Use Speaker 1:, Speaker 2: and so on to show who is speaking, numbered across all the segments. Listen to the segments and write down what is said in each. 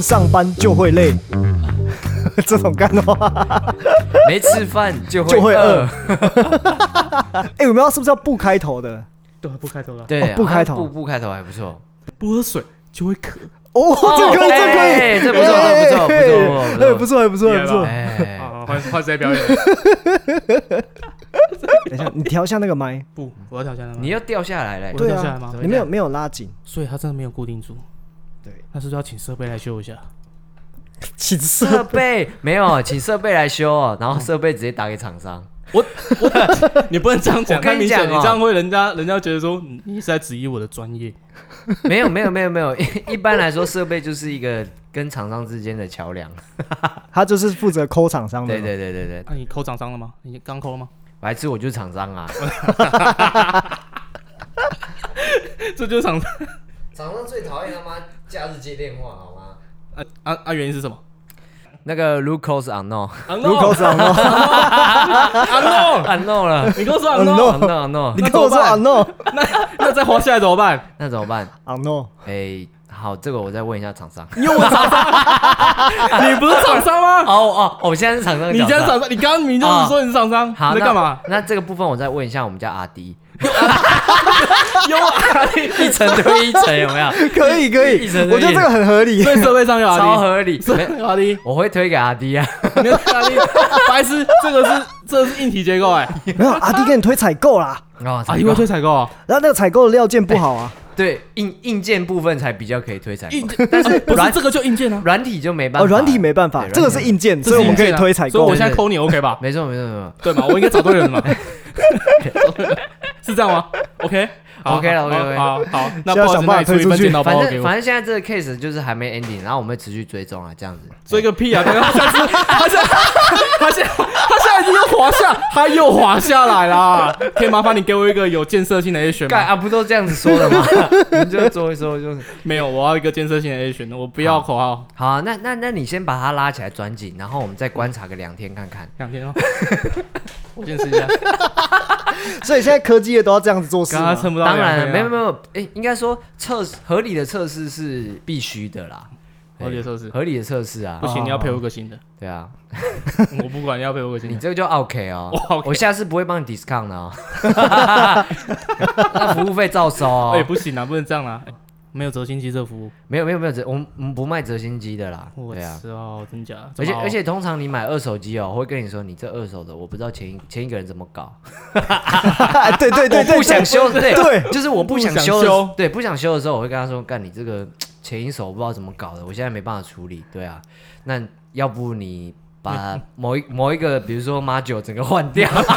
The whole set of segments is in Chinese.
Speaker 1: 上班就会累， 这种干话。
Speaker 2: 没吃饭就
Speaker 1: 就会
Speaker 2: 饿
Speaker 1: 饿。哦哎、我们要是不是要不开头的？
Speaker 3: 对，不开头了。
Speaker 2: 对，
Speaker 1: 哦不开头
Speaker 2: 啊不不开头还不错。
Speaker 3: 不喝水就会渴。
Speaker 1: 哦，这可以，这可以，
Speaker 2: 哎这不错
Speaker 1: 哎
Speaker 2: 这不错
Speaker 1: 哎哎
Speaker 2: 不
Speaker 1: 不错，哎不错，
Speaker 3: 厉
Speaker 1: 哎
Speaker 3: 害
Speaker 1: 不错
Speaker 3: 吧。
Speaker 2: 哎，
Speaker 1: 哦
Speaker 3: 好，换换谁表演？
Speaker 1: 等一下，你调一下那个麦，
Speaker 3: 不，嗯我要挑战了吗。
Speaker 2: 你要掉下来嘞
Speaker 3: 我！
Speaker 1: 对
Speaker 3: 调下来
Speaker 1: 啊
Speaker 3: 吗，
Speaker 1: 你没有没有拉紧，
Speaker 3: 所以他真的没有固定住。
Speaker 1: 对，
Speaker 3: 那是不是要请设备来修一下？
Speaker 1: 其实
Speaker 2: 设备没有，请设备来修哦，然后设备直接打给厂商。
Speaker 3: 我我 你不能这样讲，
Speaker 2: 我跟
Speaker 3: 太
Speaker 2: 你
Speaker 3: 明
Speaker 2: 讲
Speaker 3: 显，
Speaker 2: 哦
Speaker 3: 你这样会人家人家觉得说嗯你你是在质疑我的专业。
Speaker 2: 没有没有没有没有， 一一般来说设备就是一个跟厂商之间的桥梁。
Speaker 1: 哦他就是负责抠厂商的。
Speaker 2: 对对对对对，
Speaker 3: 啊那你扣厂商了吗？你刚扣了吗？
Speaker 2: 白痴我就是厂商啊，
Speaker 3: 这就是厂商。
Speaker 2: 厂商最讨厌他妈假日接电话好吗？
Speaker 3: 啊啊啊！原因是什么？
Speaker 2: 那个 Lucas unknown
Speaker 3: 啊
Speaker 1: 如口长哦，
Speaker 3: 啊
Speaker 2: unknown 了
Speaker 3: no！你跟我说啊
Speaker 1: no
Speaker 3: no，
Speaker 2: unknown unknown，
Speaker 1: 你跟我说啊
Speaker 3: 那
Speaker 1: no
Speaker 3: 那再滑下来怎么办？
Speaker 2: 那怎么办？
Speaker 1: 啊 no，
Speaker 2: 哎，好，这个我再问一下厂商。
Speaker 3: 你不是厂商 吗？
Speaker 2: 哦哦，我现在是厂商的
Speaker 3: 你
Speaker 2: 角色，
Speaker 3: 今天厂商，你刚刚明明就是说你是厂 商，
Speaker 2: 好，
Speaker 3: 你在
Speaker 2: 那
Speaker 3: 干嘛？？
Speaker 2: 那这个部分我再问一下我们家阿 迪，
Speaker 3: 有 啊，
Speaker 2: 一层推一层有没有？
Speaker 1: 可以可以
Speaker 2: 一层，
Speaker 1: 我觉得这个很合理。
Speaker 3: 所以社会上有
Speaker 2: 超
Speaker 3: 阿
Speaker 2: 合理，
Speaker 3: 弟，
Speaker 2: 没
Speaker 3: 有阿弟，
Speaker 2: 我会推给阿迪啊。
Speaker 3: 你有阿弟，白痴，这个是这是硬体结 构哎，
Speaker 1: 没有阿弟给你推采购啦，
Speaker 2: 哦，
Speaker 3: 阿
Speaker 2: 采
Speaker 3: 弟
Speaker 2: 购
Speaker 3: 会推采购啊？
Speaker 1: 然后那个采购的料件不好啊，
Speaker 2: 对硬硬件部分才比较可以推采购，
Speaker 3: 硬，但是不是这个就硬件啊？
Speaker 2: 软体就没办法。
Speaker 1: 哦，软体没办法，
Speaker 2: 对
Speaker 1: 这个是硬件， 所以我们可以推采
Speaker 3: 啊所以
Speaker 1: 购
Speaker 3: 我。现在扣你 OK 吧？
Speaker 2: 没错没错没错。
Speaker 3: 对吧？我应该找对人了嘛？ 是这样吗？OK。好
Speaker 2: OK 了，OK，OK
Speaker 3: 好好好，那
Speaker 1: 现在
Speaker 3: 不好
Speaker 1: 想办法
Speaker 3: 意思，那你出一
Speaker 1: 推出
Speaker 3: 份
Speaker 1: 去
Speaker 3: 剪刀包
Speaker 2: 反
Speaker 3: 给
Speaker 2: 正
Speaker 3: 我
Speaker 2: 反，正现在这个 case 就是还没 ending，然后我们会持续追踪啊，这样子。
Speaker 3: 追个屁啊！刚刚 下次他现在他现在他现在已经又滑下，他又滑下来啦！可以麻烦你给我一个有建设性的 A 选吗
Speaker 2: 干？啊，不都这样子说的吗？ 你就说一说就是。
Speaker 3: 没有，我要一个建设性的 A 选，我不要口号。
Speaker 2: 好啊、那那那你先把它拉起来转紧，然后我们再观察个两天看看。
Speaker 3: 两 天哦，我见识一下，
Speaker 1: 所以现在科技业都要这样子做事
Speaker 3: 刚刚
Speaker 1: 吗。
Speaker 3: 撑不到
Speaker 2: 当
Speaker 3: 两天啊。
Speaker 2: 然，没有没有，哎、应该说测试合理的测试是必须的啦。
Speaker 3: 合理的测试
Speaker 2: 哎合理的测试啊
Speaker 3: 不，行，你要赔我个新的，
Speaker 2: 对啊，
Speaker 3: 哦 我不管，你要赔我个新
Speaker 2: 你
Speaker 3: 的。
Speaker 2: 这个就 OK 哦
Speaker 3: 我，OK
Speaker 2: 我下次不会帮你 discount 的哦， 那服务费照收
Speaker 3: 哎，
Speaker 2: 哦。
Speaker 3: 不行啊，不能这样啦，没有折新机这服务，
Speaker 2: 没有没有没有，折我们我们不卖折新机的啦，
Speaker 3: 我
Speaker 2: 对啊。
Speaker 3: 操，真假？
Speaker 2: 而且
Speaker 3: 怎么好
Speaker 2: 而且，通常你买二手机哦，我会跟你说你这二手的，我不知道前一前一个人怎么搞，
Speaker 1: 对对对
Speaker 2: 我
Speaker 1: 哎对，
Speaker 2: 不想修，对
Speaker 1: 对
Speaker 2: 就是我不想
Speaker 3: 不想
Speaker 2: 修的
Speaker 3: 修，
Speaker 2: 对，不想修的时候，我会跟他说，干你这个前一手不知道怎么搞的，我现在没办法处理，对啊，那要不你把某一某一个，比如说马九整个换掉，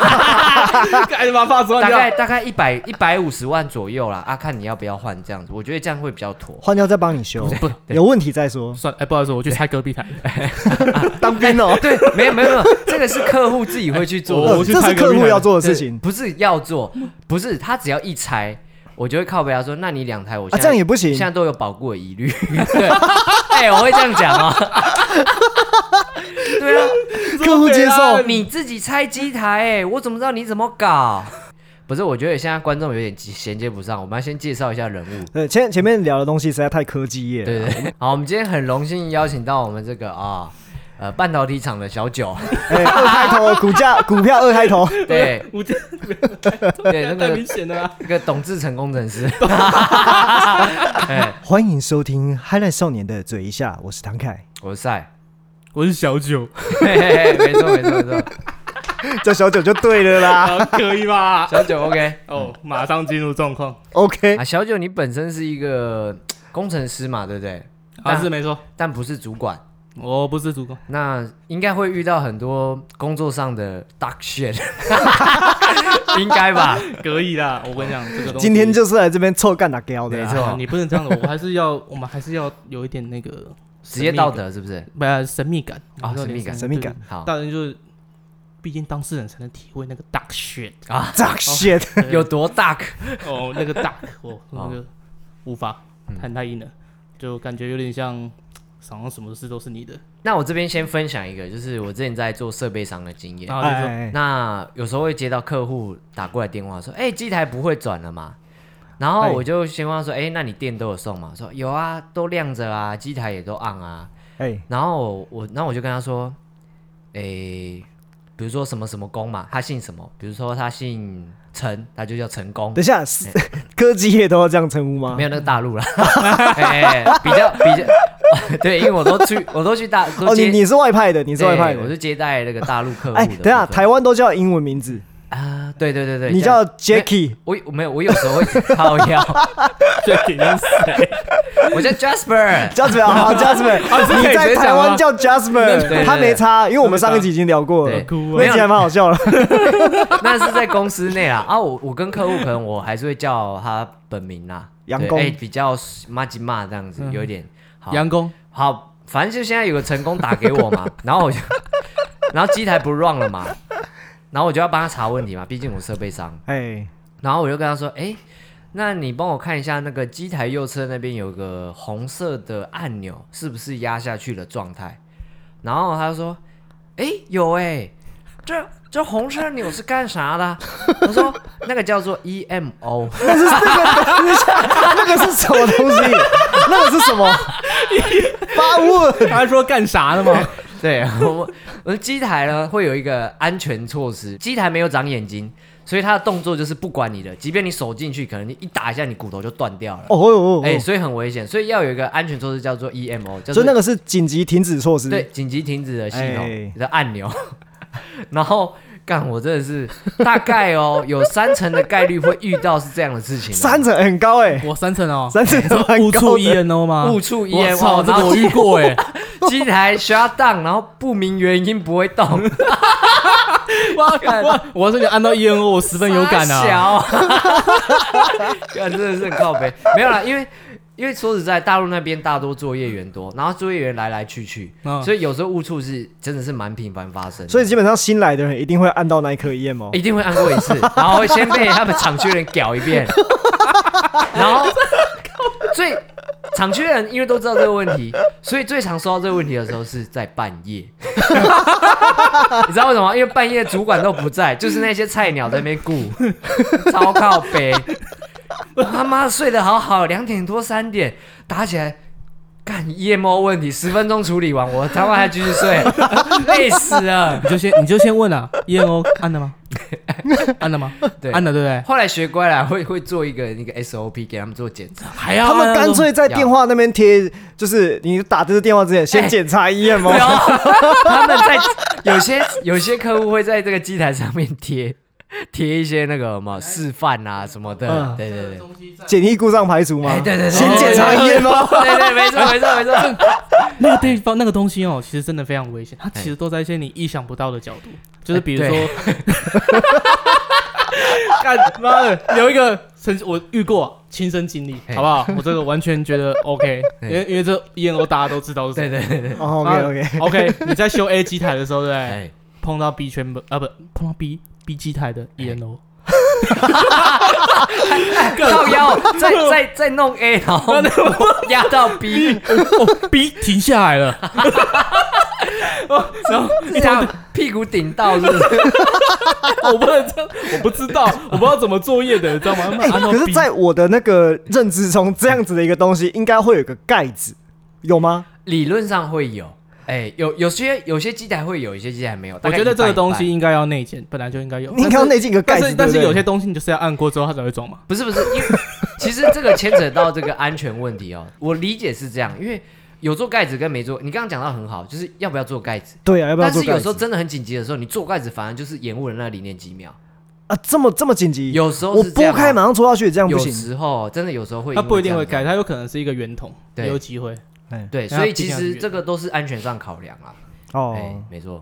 Speaker 3: 哎妈，发出
Speaker 2: 大
Speaker 3: 来
Speaker 2: 概
Speaker 3: 掉，
Speaker 2: 大概一百一百五十万左右啦，啊，看你要不要换这样子，我觉得这样会比较妥。
Speaker 1: 换掉再帮你修，
Speaker 3: 不
Speaker 1: 有问题再说。
Speaker 3: 算，哎，不好意思，我去拆隔壁台，哎
Speaker 1: 当 兵哦，
Speaker 2: 哎对，没有没有没有，这个是客户自己会去做的
Speaker 3: 我我去
Speaker 1: 这是
Speaker 3: 拆
Speaker 1: 客
Speaker 2: 啊
Speaker 3: 隔壁
Speaker 1: 户
Speaker 3: 台
Speaker 1: 要做的
Speaker 2: 对
Speaker 1: 事情
Speaker 2: 不是要做，不是他只要一拆，我就会靠背他说，那你两台我
Speaker 1: 啊，
Speaker 2: 现
Speaker 1: 这样
Speaker 2: 在、
Speaker 1: 也不行
Speaker 2: 现。在都有保固的疑虑， 对，哎、我会这样讲啊、 对啊，
Speaker 1: 客户接受
Speaker 2: 你自己拆机台、哎，我怎么知道你怎么搞？不是，我觉得现在观众有点衔接不上，我们要先介绍一下人物。
Speaker 1: 对，前前面聊的东西实在太科技业了。
Speaker 2: 对对，对好，我们今天很荣幸邀请到我们这个啊、呃半导体厂的小九，
Speaker 1: 哎，二开头 股价股票二开头，
Speaker 2: 对
Speaker 3: 我这
Speaker 2: 对，那
Speaker 3: 太
Speaker 2: 个
Speaker 3: 明显了啊。
Speaker 2: 那个董志成工程师， 哎，
Speaker 1: 欢迎收听《Highlight 少年的嘴一下》，我是唐 凯，
Speaker 2: 我是赛，
Speaker 3: 我是小九，
Speaker 2: 嘿嘿嘿没错没错没错，
Speaker 1: 叫小九就对了啦。
Speaker 3: 啊，可 以吧？
Speaker 2: 小九 OK
Speaker 3: 哦，马上进入状况，
Speaker 1: OK，
Speaker 2: 啊，小九你本身是一个呃工程师嘛，对不对？
Speaker 3: 啊，是没错，
Speaker 2: 但不是主管，
Speaker 3: 我不是主管，
Speaker 2: 那应该会遇到很多工作上的 dark shit，应该吧？
Speaker 3: 可以啦。我跟你讲，这个东西
Speaker 1: 今天就是来这边凑干打胶的
Speaker 2: 没
Speaker 1: 啦。
Speaker 2: 错
Speaker 3: 啊你不能这样的，我还是要，我们还是要有一点那个
Speaker 2: 职业道德是不是？
Speaker 3: 不呃神秘感
Speaker 2: 啊
Speaker 3: 有点
Speaker 1: 神秘感
Speaker 3: 对
Speaker 2: 好，
Speaker 3: 当然就是，毕竟当事人才能体会那个 dark shit
Speaker 1: 炸
Speaker 2: 哦
Speaker 1: shit，
Speaker 3: 对
Speaker 2: 有多 dark？
Speaker 3: 哦，那个 dark 哦，那个无法太太硬了，就感觉有点像，好像什么事都是你的
Speaker 2: 那我这边先分享一个，就是我之前在做设备商的经验。
Speaker 3: 啊。
Speaker 1: 哎
Speaker 3: 然后
Speaker 1: 哎，哎
Speaker 2: 那有时候会接到客户打过来电话说：“哎、机台不会转了嘛？”然后
Speaker 3: 哎
Speaker 2: 我就先问他说：“哎、那你店都有送吗？”说有啊，都亮着啊，机台也都 on 啊。
Speaker 1: 哎，
Speaker 2: 然后我，然后我就跟他说：“哎、比如说什么什么公嘛，他姓什么？比如说他姓陈，他就叫陈公
Speaker 1: 等一。下，是 科技业都要这样称呼吗
Speaker 2: 哎没？有那个大陆了， 哎、比较比较， 对，因为我都去，我都去大，都
Speaker 1: 哦，你
Speaker 2: 接，
Speaker 1: 你是外派的，你
Speaker 2: 你
Speaker 1: 是外派
Speaker 2: 我
Speaker 1: 的。
Speaker 2: 是接待那个大陆客户的。
Speaker 1: 哎，等一下，台湾都叫英文名字，
Speaker 2: 啊，对对对对，
Speaker 1: 你
Speaker 2: 这样
Speaker 1: 叫 Jacky，
Speaker 2: 我我没有，我有时候会靠腰，
Speaker 3: 最顶用谁？
Speaker 2: 我叫 Jasper，
Speaker 1: Jasper 好，Jasper，
Speaker 3: 这可以
Speaker 1: 你
Speaker 3: 直
Speaker 1: 在
Speaker 3: 接讲
Speaker 1: 台
Speaker 3: 吗
Speaker 1: 湾叫
Speaker 2: 对对
Speaker 1: Jasper，他没差，因为我们上一集已经聊过
Speaker 2: 对
Speaker 1: 了，，
Speaker 3: 哭啊
Speaker 1: 那集还蛮好笑的。
Speaker 2: 那是在公司内啦。啊，我我跟客户可能我还是会叫他本名啦，
Speaker 1: 杨
Speaker 2: 对
Speaker 1: 公
Speaker 2: 哎，比较骂吉骂这样子，有一点好
Speaker 3: 杨工，
Speaker 2: 好，反正就现在有个成功打给我嘛，然后我就，然后机台不 run 了嘛，然后我就要帮他查问题嘛，毕竟我设备商。
Speaker 1: 哎，
Speaker 2: 然后我就跟他说：“哎，那你帮我看一下那个机台右侧那边有个红色的按钮，是不是压下去的状态？”然后他就说：“哎，有哎、这这红色按钮是干啥的啊？”我说：“那个叫做 E EMO。
Speaker 1: 但是那个等一下，那个是什么东西？那个是什么？发问。
Speaker 3: 他还说干啥呢吗？
Speaker 2: 对” 我我的机台呢会有一个安全措施，机台没有长眼睛，所以它的动作就是不管你的，即便你手进去，可能你一打一下，你骨头就断掉了。
Speaker 1: 哦哦哦
Speaker 2: 哎、
Speaker 1: 哦，
Speaker 2: 所以很危险，所以要有一个安全措施叫做 EMO，叫
Speaker 1: 所
Speaker 2: 做
Speaker 1: 以那个是紧急停止措施。
Speaker 2: 对，紧急停止的系统
Speaker 1: 哎
Speaker 2: 的按钮。 然后干，我真的是 大概哦，有三成的概率会遇到是这样的事情、啊
Speaker 1: 三层很高哎，
Speaker 3: 我三层哦，
Speaker 1: 三层
Speaker 3: 误
Speaker 1: 很
Speaker 3: 触
Speaker 1: 高
Speaker 3: E
Speaker 1: 的。
Speaker 3: N O 吗？
Speaker 2: 误触 E
Speaker 3: 我
Speaker 2: EMO，
Speaker 3: 哦操，这
Speaker 2: 哦然
Speaker 3: 个
Speaker 2: 后
Speaker 3: 我遇过哎，
Speaker 2: 机台 shut down，然后不明原因不会动，
Speaker 3: 哇哇！我说你按到 E N O，我十分 有 感
Speaker 2: 傻
Speaker 3: 啊。
Speaker 2: 小，干真的是很靠背。没有啦，因为因为说实在，大陆那边大多作业员多，然后作业员来来去去，
Speaker 3: 嗯
Speaker 2: 所以有时候误触是真的是蛮频繁发生的。
Speaker 1: 所以基本上新来的人一定会按到那一颗哦 EMO。
Speaker 2: 一定会按过一次，然后会先被他们厂区人屌一遍，然后所以厂区人因为都知道这个问题，所以最常收到这个问题的时候是在半夜， 你知道为什么吗？因为半夜主管都不在，就是那些菜鸟在那边顾，超靠北。我他妈睡得好好，两点多三点打起来，干夜猫问题，十分钟处理完，我他妈还继续睡，累死了。
Speaker 3: 你就先你就先问啊，E N O 按了吗？按了吗？
Speaker 2: 对
Speaker 3: 按了对不对？
Speaker 2: 后来学乖了，会会做一个那个 SOP 给他们做检查。
Speaker 3: 还要
Speaker 1: 他们
Speaker 3: 按
Speaker 1: 干脆在
Speaker 2: 要
Speaker 1: 电话那边贴，就是你打这个电话之前先检查哦 EMO。
Speaker 3: 哦
Speaker 2: 他们在有些有些客户会在这个机台上面贴贴一些那个什么示范啊什么的，
Speaker 1: 嗯
Speaker 2: 对对对。
Speaker 1: 简易故障排除吗？
Speaker 2: 哎，对对对，
Speaker 1: 先检查
Speaker 2: 对
Speaker 1: EMO。
Speaker 2: 对对对，没错没错没 错，
Speaker 3: 那个地方那个东西哦，其实真的非常危险，它其实
Speaker 2: 哎
Speaker 3: 都在一些你意想不到的角度，就是比如说， 干妈的有一个曾我遇过亲身经历，
Speaker 2: 嘿
Speaker 3: 好不好？我这个完 全觉得 OK，因为因为这 E N O 大家都知道是什
Speaker 2: 哎对
Speaker 3: 么。
Speaker 2: 对对对，
Speaker 1: 哦，OK OK。
Speaker 3: OK，你在修 A 机台的时候，对不对？
Speaker 2: 哎，
Speaker 3: 碰到 B 圈不啊不碰到 B B 机台的 E N O，
Speaker 2: 靠腰， 再再再弄 A，然后压到 B，
Speaker 3: 哦 B 停下来了， 哦然后
Speaker 2: 这样屁股顶到是不是？
Speaker 3: 哦我不能这样，我不知道，我不知道怎么作业的，你知道吗？
Speaker 1: 哎，
Speaker 3: 按到
Speaker 1: 可是，
Speaker 3: B
Speaker 1: 在我的那个认知中，这样子的一个东西应该会有个盖子，有吗？
Speaker 2: 理论上会有，哎，有有些有些机台会有，有些机台没有。
Speaker 3: 我
Speaker 2: 大概
Speaker 3: 觉得
Speaker 2: 一半
Speaker 3: 这个东
Speaker 2: 一半
Speaker 3: 西应该要内建，本来就应该有。
Speaker 1: 你应该要内进个盖
Speaker 3: 但
Speaker 1: 子
Speaker 3: 是，但是
Speaker 1: 对不
Speaker 3: 有
Speaker 1: 对
Speaker 3: 些东西你就是要按过之后它才会装嘛。
Speaker 2: 不是不是，因为其实这个牵扯到这个安全问题哦。我理解是这样，因为有做盖子跟没做，你刚刚讲到很好，就是要不要做盖子。
Speaker 1: 对啊，要不要
Speaker 2: 但
Speaker 1: 做
Speaker 2: 是
Speaker 1: 盖
Speaker 2: 有时候
Speaker 1: 子？
Speaker 2: 真的很紧急的时候，你做盖子反而就是延误了那零点几秒。
Speaker 1: 啊，这么这么紧急，
Speaker 2: 有时候
Speaker 1: 我
Speaker 2: 是这
Speaker 1: 拨
Speaker 2: 样
Speaker 1: 开
Speaker 2: 啊，
Speaker 1: 马上戳下去，这样不
Speaker 2: 有
Speaker 1: 行。
Speaker 2: 时候真的有时候会因
Speaker 3: 它
Speaker 2: 为
Speaker 3: 不一定
Speaker 2: 这
Speaker 3: 会
Speaker 2: 样子
Speaker 3: 改，它有可能是一个圆筒，
Speaker 2: 对
Speaker 3: 也有机
Speaker 1: 啊
Speaker 3: 会。
Speaker 2: 对，
Speaker 3: 它
Speaker 2: 所以
Speaker 3: 毕
Speaker 2: 其
Speaker 3: 竟还是
Speaker 2: 实
Speaker 3: 远
Speaker 2: 这个都是安全上考量啊。哎
Speaker 1: 哦，，
Speaker 2: 没错，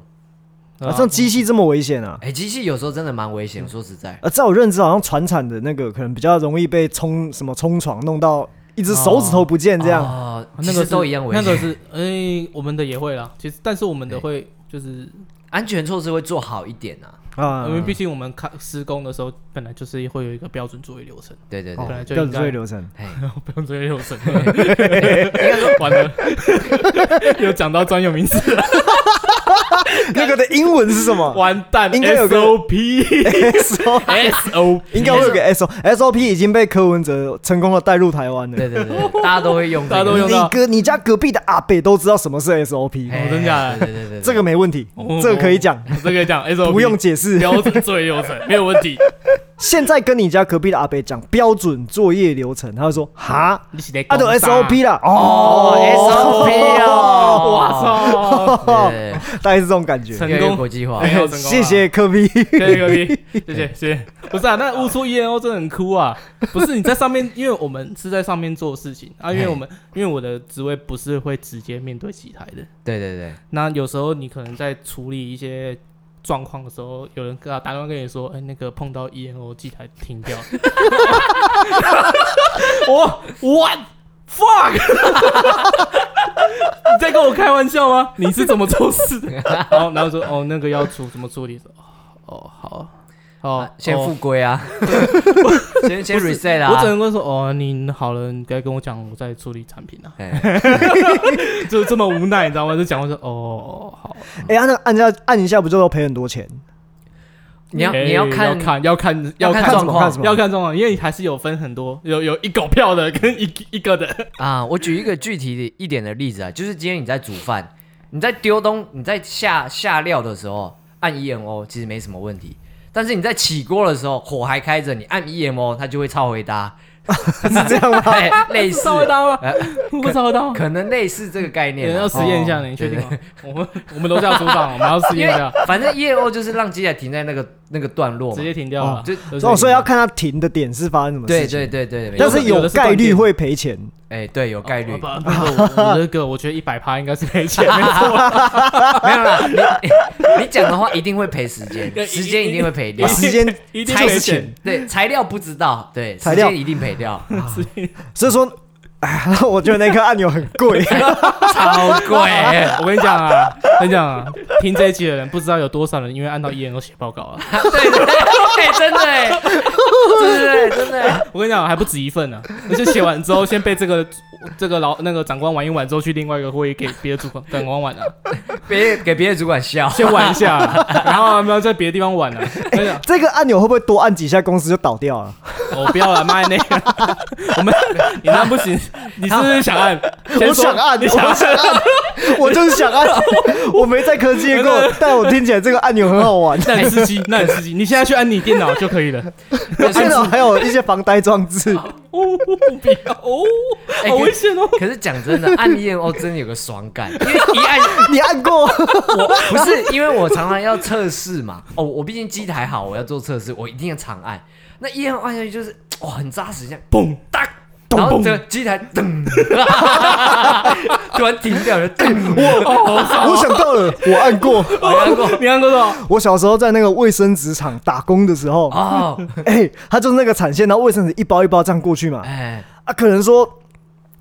Speaker 1: 啊，像机器这么危险啊？
Speaker 2: 哎，机器有时候真的蛮危险，说实在。
Speaker 1: 呃，在我认知，好像船产的那个可能比较容易被冲什么冲床，弄到一只手指头不见这样。
Speaker 2: 哦，
Speaker 3: 那
Speaker 2: 其
Speaker 3: 个
Speaker 2: 实
Speaker 3: 是
Speaker 2: 都一样危
Speaker 3: 那
Speaker 2: 险。
Speaker 3: 个是哎，我们的也会啦。其实，但是我们的
Speaker 2: 对
Speaker 3: 会就是，
Speaker 2: 安全措施会做好一点啊。
Speaker 1: 啊
Speaker 3: 因为毕竟我们开施工的时候本来就是会有一个标准作业流 程，
Speaker 2: 对对
Speaker 1: 哦
Speaker 2: 对
Speaker 3: 本来
Speaker 2: 对，
Speaker 3: 就
Speaker 1: 标准
Speaker 3: 应该
Speaker 1: 作业流程。
Speaker 2: 哎，
Speaker 3: 标准作业流 程。 完了，有讲到专有名词了。
Speaker 1: 那个的英文是什么
Speaker 3: 完蛋
Speaker 1: 应该有个
Speaker 3: SOP
Speaker 1: ？S O
Speaker 3: SOP，
Speaker 1: 应该会有个 S O S O P 已经被柯文哲成功的带入台湾了。
Speaker 2: 对对对，大家都会用这个，
Speaker 3: 大家都用
Speaker 1: 你隔你家隔壁的阿北都知道什么是 S O P，
Speaker 2: 嘿，
Speaker 3: 哦真假的
Speaker 2: 对对对对，
Speaker 1: 这个没问题，这个可以讲，
Speaker 3: 这个讲 SOP
Speaker 1: 不用解释。
Speaker 3: 标准作业流程没有问题。
Speaker 1: 现在跟你家隔壁的阿北讲标准作业流程，他会说哈，
Speaker 3: 你是在
Speaker 1: 啊，就 S O P 啦，
Speaker 2: 哦，SOP 哦，
Speaker 3: 我操！
Speaker 2: 对，对对
Speaker 1: 大概是这种感觉。
Speaker 3: 成
Speaker 2: 越来越
Speaker 3: 功
Speaker 2: 国际 化
Speaker 3: 哦没，有成 功啊
Speaker 1: 谢谢科比，
Speaker 3: 谢谢各位，谢谢谢谢。不是啊，那悟出 E N O 真的很酷 啊！不是你在上面，因为我们是在上面做事情啊，因为我们因为我的职位不是会直接面对几台的，
Speaker 2: 对对对，
Speaker 3: 那有时候你可能在处理一些。状况的时候，有人跟他打电话跟你说：“哎、那个碰到 E N O 机台停掉。 我” What fuck？你在跟我开玩笑吗？你是怎么做事的？然后然后说：“哦，那个要处怎么处理？”说：“哦，好，好，
Speaker 2: 先
Speaker 3: 哦
Speaker 2: 复归啊， 先先 reset 啊，
Speaker 3: 我只能够说，哦，你好了，你该跟我讲，我再处理产品啊，
Speaker 2: 哎
Speaker 3: 就这么无奈，你知道吗？就讲我说，哦，好，
Speaker 1: 哎，按那个按下按一下，不就要赔很多钱？
Speaker 2: 你要
Speaker 3: 哎
Speaker 2: 你要看
Speaker 3: 要看要看
Speaker 2: 要看
Speaker 3: 看
Speaker 2: 状况
Speaker 1: 看什么
Speaker 3: 要看状况，因为你还是有分很多，有有一狗票的跟一一 个的，
Speaker 2: 啊，我举一个具体的一点的例子啊，就是今天你在煮饭，你在丢东，你在下下料的时候按 EMO 其实没什么问题，但是你在起锅的时候火还开着，你按 EMO 它就会超回 答，
Speaker 1: 是这样吗？
Speaker 2: 哎，类似
Speaker 3: 稍微到吗？
Speaker 2: 呃
Speaker 3: 不稍微到吗？
Speaker 2: 可能类似这个概
Speaker 3: 有
Speaker 2: 念
Speaker 3: 人
Speaker 2: 啊、
Speaker 3: 要实验一下呢，你确定吗？我们我们楼下厨房，我们要实验一下，
Speaker 2: 反正 EMO 就是让机台停在那个那个段落
Speaker 3: 啊直
Speaker 2: 嘛，
Speaker 3: 接停掉了，
Speaker 2: 就
Speaker 3: 就是
Speaker 1: 哦，所以要看他停的点是发生什么
Speaker 2: 对
Speaker 1: 事情。
Speaker 2: 对对对，没
Speaker 1: 要
Speaker 2: 错
Speaker 1: 是有概率会赔钱，
Speaker 2: 哎对有概率，
Speaker 3: 哦不不不我我这个我觉得一百趴应该是赔钱，没错，
Speaker 2: 没有啦，你 你讲的话一定会赔时
Speaker 3: 对
Speaker 2: 间，时间一定会赔
Speaker 1: 把
Speaker 2: 掉
Speaker 3: 一。定
Speaker 1: 时间
Speaker 3: 一定
Speaker 2: 材
Speaker 3: 赔
Speaker 1: 猜
Speaker 3: 钱
Speaker 1: 钱，，
Speaker 2: 对材料不知道，对
Speaker 1: 材
Speaker 2: 时
Speaker 1: 料
Speaker 2: 间一定赔掉，
Speaker 1: 所以说，哎，我觉得那颗按钮很贵。
Speaker 2: 超贵。
Speaker 3: 我跟你讲啊，跟你讲啊，听这一集的人不知道有多少人因为按到 E N O 写报告啊。
Speaker 2: 对对对，真的哎，对对对，真的哎。
Speaker 3: 我跟你讲，还不止一份呢、 而且写完之后，先被这个这个老那个长官玩一玩之后，去另外一个会议给别的主管长官玩啊，
Speaker 2: 别给别的主管 笑，
Speaker 3: 先玩一下，然后没有在别的地方玩了、啊。我跟你讲，
Speaker 1: 这个按钮会不会多按几下，公司就倒掉了？
Speaker 3: 我、不要了，妈那个，我们你那不行，你是不是想按？先
Speaker 1: 我
Speaker 3: 说
Speaker 1: 想按，
Speaker 3: 你
Speaker 1: 我
Speaker 3: 想按
Speaker 1: 想按， 我就是想 按。我没在科技业过，但我听起来这个按钮很好 玩。
Speaker 3: 那很司机，那很司机，你现在去按你电脑就可以了。哎
Speaker 2: 可是
Speaker 1: 现在还有一些防呆装置，
Speaker 3: 哦，不要哦，
Speaker 2: 哎
Speaker 3: 好危险哦！
Speaker 2: 可是讲真的，按 EMO 真的有个爽感，因为一按
Speaker 1: 你按过？
Speaker 2: 我 不是因为我常常要测试嘛，哦，我毕竟机台好，我要做测试，我一定要长按。那 EMO 按下去就是哇，很扎实，这样
Speaker 3: 嘣，
Speaker 2: 当，
Speaker 3: 咚
Speaker 2: 然后
Speaker 3: 嘣
Speaker 2: 这个机台噔， 突然停掉了，噔，
Speaker 1: 我想到了，我按过。
Speaker 2: 我按过
Speaker 3: 你按过多少？
Speaker 1: 我小时候在那个卫生纸厂打工的时候，
Speaker 2: 哦，
Speaker 1: 哎，它就是那个产线，然后卫生纸一包一包这样过去嘛。
Speaker 2: 哎，
Speaker 1: 啊，可能说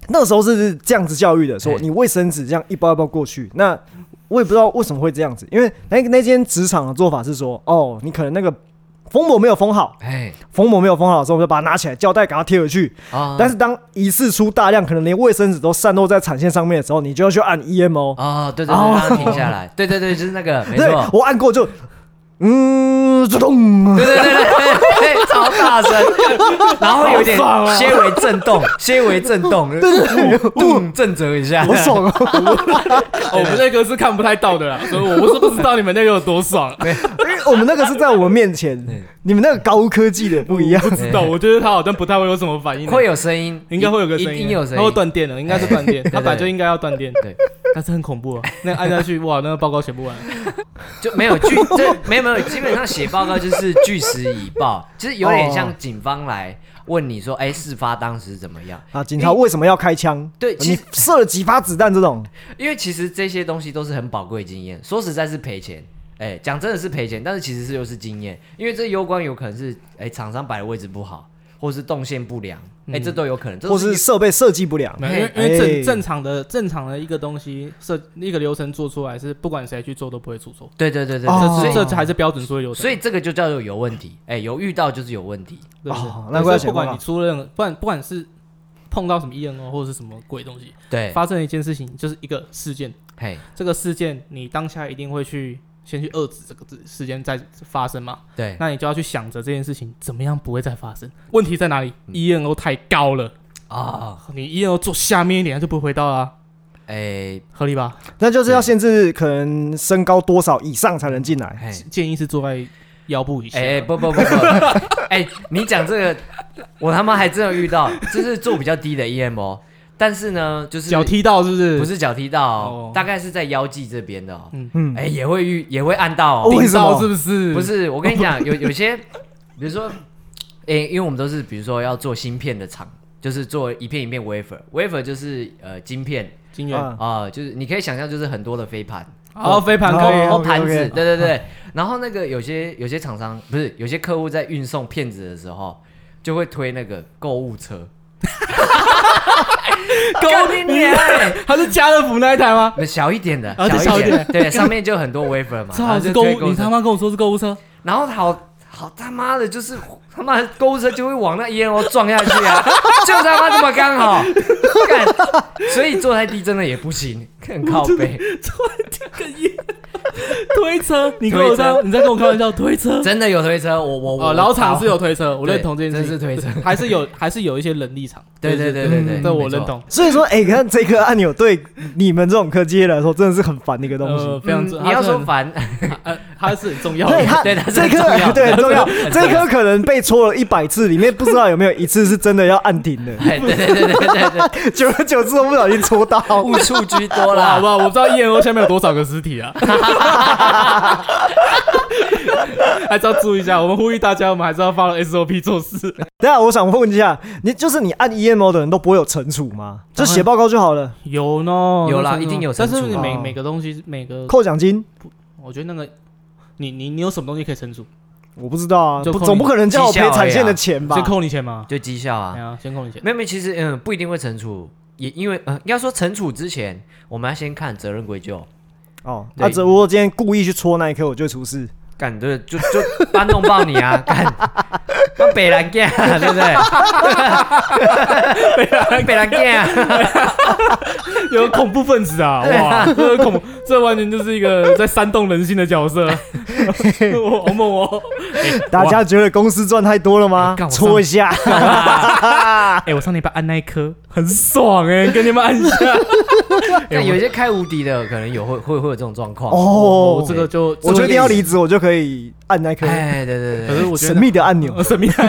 Speaker 1: 那时候是这样子教育的，说
Speaker 2: 嘿
Speaker 1: 你卫生纸这样一包一包过去。那我也不知道为什么会这样子，因为那那间职场的做法是说，哦，你可能那个封膜没有封好，
Speaker 2: 哎，
Speaker 1: 封膜没有封好的时候，我们就把它拿起来，胶带给它贴回去。
Speaker 2: 啊，
Speaker 1: 但是当一次出大量，可能连卫生纸都散落在产线上面的时候，你就要去按 E EMO。
Speaker 2: 哦，对对对，让它停下来，对对对，就是那个，没
Speaker 1: 对
Speaker 2: 错，，
Speaker 1: 我按过就，嗯，自 动。
Speaker 2: 对对对对对，超大声，然后有点
Speaker 3: 好爽哦
Speaker 2: 纤维震动，纤维震动，对对，震折一下，
Speaker 1: 好爽 哦！
Speaker 3: 哦我们那个是看不太到的啦，所以我不是不知道你们那个有多爽。
Speaker 1: 因为我们那个是在我们面前，你们那个高科技的不一样。
Speaker 3: 知道，我觉得他好像不太会有什么反应，
Speaker 2: 会有声音，
Speaker 3: 应该会有个声
Speaker 2: 一
Speaker 3: 音，啊
Speaker 2: 定有声
Speaker 3: 他会
Speaker 2: 音，
Speaker 3: 断电了，应该是 断电，他本来就应该要断电，
Speaker 2: 对，
Speaker 3: 但是很恐怖哦，那个按下去，哇，那个报告写不 完，
Speaker 2: 就没有据， 这没有没有，基本上写报告就是据实以报，就是有点
Speaker 3: 哦
Speaker 2: 像警方来问你说，哎、事发当时怎么样？
Speaker 1: 啊，警察为什么要开枪？呃
Speaker 2: 对其
Speaker 1: 你
Speaker 2: 实
Speaker 1: 射了几发子弹这种，
Speaker 2: 因为其实这些东西都是很宝贵的经验，说实在是赔钱。哎，讲真的是赔钱，但是其实是又是经验，因为这攸关有可能是哎厂商摆的位置不好，或是动线不良，
Speaker 3: 嗯
Speaker 2: 哎、这都有可能，这
Speaker 1: 或
Speaker 2: 都
Speaker 1: 是设备设计不良，
Speaker 2: 嗯
Speaker 3: 没有因为因
Speaker 1: 哎
Speaker 3: 为正正常的正常的一个东西设一个流程做出来是不管谁去做都不会出错，
Speaker 2: 对对对对，
Speaker 1: 哦
Speaker 3: 这
Speaker 2: 对所
Speaker 3: 是
Speaker 2: 以
Speaker 3: 这才是标准所有流程，
Speaker 2: 所以这个就叫做有问题，哎，有遇到就是有问题，
Speaker 3: 对不对
Speaker 1: 哦难怪要
Speaker 3: 就是不
Speaker 1: 写报告
Speaker 3: 管你出了任何，不然不管是碰到什么 E N O 或者是什么鬼东西，
Speaker 2: 对，
Speaker 3: 发生了一件事情就是一个事件，
Speaker 2: 嘿，
Speaker 3: 这个事件你当下一定会去先去遏制这个事事件再发生嘛？
Speaker 2: 对，
Speaker 3: 那你就要去想着这件事情怎么样不会再发生。问题在哪里？ENO 太高了，
Speaker 2: 嗯啊，
Speaker 3: 你 E ENO 做下面一点它就不会回到啦，
Speaker 2: 哎，
Speaker 3: 合理吧？
Speaker 1: 那就是要限制可能身高多少以上才能进来。
Speaker 2: 嘿，
Speaker 3: 建议是坐在腰部以下。
Speaker 2: 哎，不不不 不，哎，你讲这个，我他妈还真有遇到，就是做比较低的 EMO，但是呢，就是
Speaker 3: 脚踢到是不是？
Speaker 2: 不，是脚踢到哦
Speaker 3: 哦，
Speaker 2: 大概是在腰际这边的哦，
Speaker 3: 嗯
Speaker 1: 嗯，
Speaker 2: 哎，也会遇，也会按到哦
Speaker 1: 哦。为
Speaker 3: 顶
Speaker 1: 什么
Speaker 3: 到是不是？
Speaker 2: 不，是，我跟你
Speaker 3: 哦
Speaker 2: 讲，有有些，比如说，诶、因为我们都是比如说要做芯片的厂，就是做一片一片 wafer，wafer 就是呃晶片
Speaker 3: 金源。
Speaker 1: 啊
Speaker 2: 啊、就是你可以想象就是很多的飞盘，
Speaker 3: 哦，飞盘可以
Speaker 1: 哦
Speaker 2: 然后
Speaker 1: OK，OK
Speaker 2: 盘子，
Speaker 3: 嗯
Speaker 2: 对对对。然后那个有些有些厂商不是有些客户在运送片子的时候，就会推那个购物 车，购物车。
Speaker 3: 他是家乐福那一台吗？
Speaker 2: 那小一点的，
Speaker 3: 欸啊对
Speaker 2: 小一
Speaker 3: 小一
Speaker 2: 点
Speaker 3: 点，
Speaker 2: 对，上面就很多 wafer 嘛，然后
Speaker 3: 正好
Speaker 2: 就是
Speaker 3: 购
Speaker 2: 推
Speaker 3: 物，
Speaker 2: 购
Speaker 3: 你
Speaker 2: 物车
Speaker 3: 他妈跟我说是购 物车，
Speaker 2: 然后好好他妈的，就是他妈的购物车就会往那 ENO 撞下去啊， 就他妈这么刚好，干，所以坐太低真的也不行，很靠 背，
Speaker 3: 推车，你跟我
Speaker 2: 推
Speaker 3: 在你在跟我开玩笑，推车。
Speaker 2: 真的有推车，我我我
Speaker 3: 哦，老厂是有推车，我认同这件
Speaker 2: 真
Speaker 3: 事
Speaker 2: 是
Speaker 3: 情，
Speaker 2: 推车，
Speaker 3: 还是有还是有一些人力厂，嗯
Speaker 2: 对对对对
Speaker 1: 对
Speaker 2: 对，
Speaker 3: 这
Speaker 2: 没
Speaker 3: 我
Speaker 2: 错
Speaker 3: 认。同。
Speaker 1: 所以说，哎、看这颗按钮对你们这种科技业来说，真的是很烦的一个东西。
Speaker 3: 呃，非常
Speaker 2: 嗯
Speaker 3: 重，
Speaker 2: 你要
Speaker 3: 它是
Speaker 2: 说
Speaker 3: 很
Speaker 2: 烦，
Speaker 3: 呃，它是很重要
Speaker 1: 对
Speaker 3: 的。
Speaker 1: 它，
Speaker 2: 对它是
Speaker 1: 这
Speaker 2: 很重要
Speaker 1: 颗对
Speaker 2: 很
Speaker 1: 很
Speaker 2: 重
Speaker 1: 重
Speaker 2: 要
Speaker 1: 要
Speaker 2: 很，
Speaker 1: 这
Speaker 2: 重要，
Speaker 1: 颗可能被戳了一百次，里面不知道有没有一次是真的要按停的
Speaker 2: 哎对对对对 对对对，
Speaker 1: 久而久之我不小心戳 到。
Speaker 2: 误触居多
Speaker 3: 哇，好
Speaker 2: 啦
Speaker 3: 不。好？我不知道 ENO 下面有多少个尸体 啊，还是要注意一下。我们呼吁大家，我们还是要 follow SOP 做事。
Speaker 1: 等一啊下我想问一下，你就是你按 EMO 的人都不会有惩处吗？就
Speaker 3: 当然
Speaker 1: 写报告就好了，
Speaker 3: 有哦呢，
Speaker 2: 有啦
Speaker 3: 那是
Speaker 2: 一定有哦
Speaker 3: 但是
Speaker 2: 惩处
Speaker 1: 啊
Speaker 3: 每每个东西，每
Speaker 2: 嗯
Speaker 3: 个
Speaker 1: 扣奖金？
Speaker 3: 我觉得那个，你你你有什么东西可以惩处？
Speaker 1: 我不知道啊，
Speaker 3: 就
Speaker 1: 不
Speaker 3: 扣你
Speaker 1: 总不可能叫我赔
Speaker 2: 绩效而已啊
Speaker 1: 产线的钱吧
Speaker 3: 先？扣你钱 嘛？
Speaker 2: 就绩效啊
Speaker 3: 对，啊，先扣你钱。
Speaker 2: 没有没有，其实嗯不一定会惩处，也因为呃应该说惩处之前，我们要先看责任归咎。
Speaker 1: 哦，
Speaker 2: 对
Speaker 1: 那只如果今天故意去戳那一颗，我就会出 事。
Speaker 2: 干对，就就搬弄爆你啊！ 干，那北兰干、 啊，对不对？北兰 干、啊，
Speaker 3: 有恐怖分子 啊！哇，这个恐，这完全就是一个在煽动人心的角 色。我好猛哦！
Speaker 1: 大家觉得公司赚太多了吗
Speaker 3: 哎干？我上
Speaker 1: 戳一下，
Speaker 3: 哎、我上礼拜按那一颗很爽哎、跟你们按一下。
Speaker 2: 那
Speaker 3: 哎
Speaker 2: 有一些开无敌的，可能有会会会有这种状况。
Speaker 1: 哦
Speaker 3: 我这个就
Speaker 1: 我决定要离
Speaker 3: 职。
Speaker 1: 职，我就可以按那颗
Speaker 2: 哎，对对
Speaker 3: 可是
Speaker 2: 对，
Speaker 3: 我觉
Speaker 1: 神
Speaker 3: 得
Speaker 1: 秘的按钮。
Speaker 3: 呃神秘，按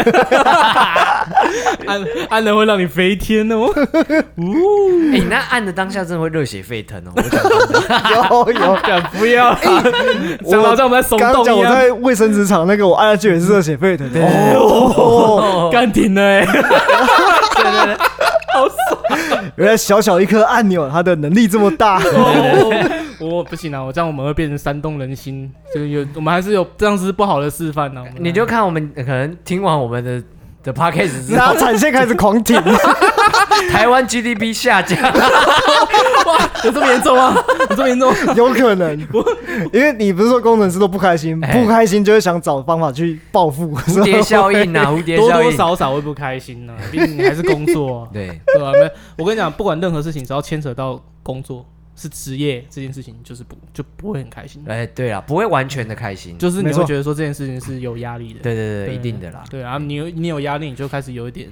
Speaker 3: 按了会让你飞天哦。
Speaker 2: 哎，你那按的当下真的会热血沸腾哦！我讲真 的
Speaker 1: 有 有，
Speaker 3: 敢不要 啦，讲到哎像我们在松
Speaker 1: 刚刚讲
Speaker 3: 动一
Speaker 1: 我
Speaker 3: 样，
Speaker 1: 在卫生纸厂那个，我按下去也是热血沸腾。哦，
Speaker 2: 哦
Speaker 3: 干停了哎、
Speaker 2: 对对对，
Speaker 1: 原来小小一颗按钮，它的能力这么 大。
Speaker 3: 我不行啊，我这样我们会变成煽动人心，就是有我们还是有这样子不好的示范呢、啊。
Speaker 2: 你就看我们可能听完我们的的 podcast 之
Speaker 1: 然
Speaker 2: 后，
Speaker 1: 后产线开始狂 挺，
Speaker 2: 台湾 GDP 下降，
Speaker 3: 哇，有这么严重吗？有这么严 重吗？
Speaker 1: 有可能，因为你不是说工程师都不开心，
Speaker 2: 哎
Speaker 1: 不开心就会想找方法去报复。
Speaker 2: 蝴蝶效应啊，蝴蝶
Speaker 3: 多
Speaker 2: 效
Speaker 3: 多
Speaker 2: 应，，
Speaker 3: 少少会不开心呢、啊毕竟你还是工作、啊
Speaker 2: 对，
Speaker 3: 对吧、没，我跟你讲，不管任何事情，只要牵扯到工作是职业这件事情，就是不就不会很开心，
Speaker 2: 哎，对了，不会完全的开心，
Speaker 3: 就是你
Speaker 1: 没错
Speaker 3: 会觉得说这件事情是有压力的。
Speaker 2: 对对对，一定的啦。
Speaker 3: 对啊，你有你有压力，你就开始有一点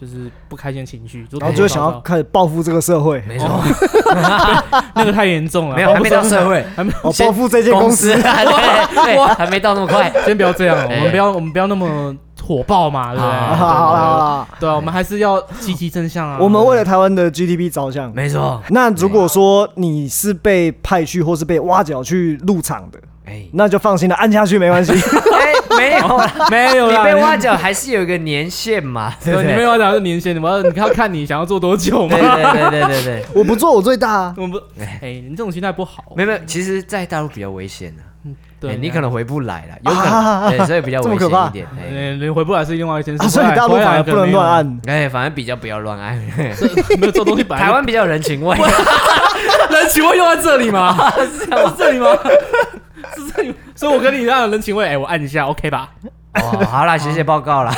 Speaker 3: 就是不开心的情绪，
Speaker 1: 然后就会想要开始报复这个社会，
Speaker 2: 没错，
Speaker 3: 那个太严重了，
Speaker 2: 没有还没到
Speaker 3: 不知道
Speaker 2: 社会，
Speaker 3: 还没
Speaker 1: 哦，报复这间公司。
Speaker 2: 啊，对对，还没到那么快。
Speaker 3: 先不要这样 哦，
Speaker 2: 哎
Speaker 3: 我们不要我们不要那么火爆嘛，对不
Speaker 1: 好
Speaker 2: 啊
Speaker 1: 好好好
Speaker 3: 对？
Speaker 1: 好，
Speaker 3: 对啊，我们还是要积极正向啊。
Speaker 1: 我们为了台湾的 GDP 着想。
Speaker 2: 没错，
Speaker 1: 那如果说你是被派去或是被挖角去入场的，
Speaker 2: 哎
Speaker 1: 那就放心了，按下去没关系。
Speaker 2: 哎，没有啦，
Speaker 3: 没有
Speaker 2: 你
Speaker 3: 啦，
Speaker 2: 被挖角还是有一个年限嘛，对不
Speaker 3: 对，你没
Speaker 2: 对？
Speaker 3: 有要讲是年限，你要你要看你想要做多久嘛
Speaker 2: 对。对对对对对，
Speaker 1: 我不做我最大啊。
Speaker 3: 我们不，哎，你这种心态不好。
Speaker 2: 没有没有，其实，在大陆比较危险的，
Speaker 3: 对
Speaker 2: 哎，你可能回不来了，有可能，
Speaker 1: 啊
Speaker 2: 对，所以比较
Speaker 1: 这么
Speaker 2: 危险
Speaker 1: 可怕
Speaker 2: 一点，哎
Speaker 3: 嗯，你回不来是另外一件
Speaker 1: 啊，
Speaker 3: 事，
Speaker 1: 所以大陆
Speaker 3: 回来
Speaker 1: 反而不能
Speaker 3: 啊
Speaker 1: 乱，按。
Speaker 2: 哎，反正比较不要乱按，
Speaker 3: 回来可能没有没有做东西本来就。
Speaker 2: 台湾比较有人情味，
Speaker 3: 人情味用在这里吗？是这里吗？是这里吗， 所以我跟你一样有人情味，哎，我按一下，OK 吧？
Speaker 2: 哦，好
Speaker 3: 啊
Speaker 2: 啦，写写报告啦，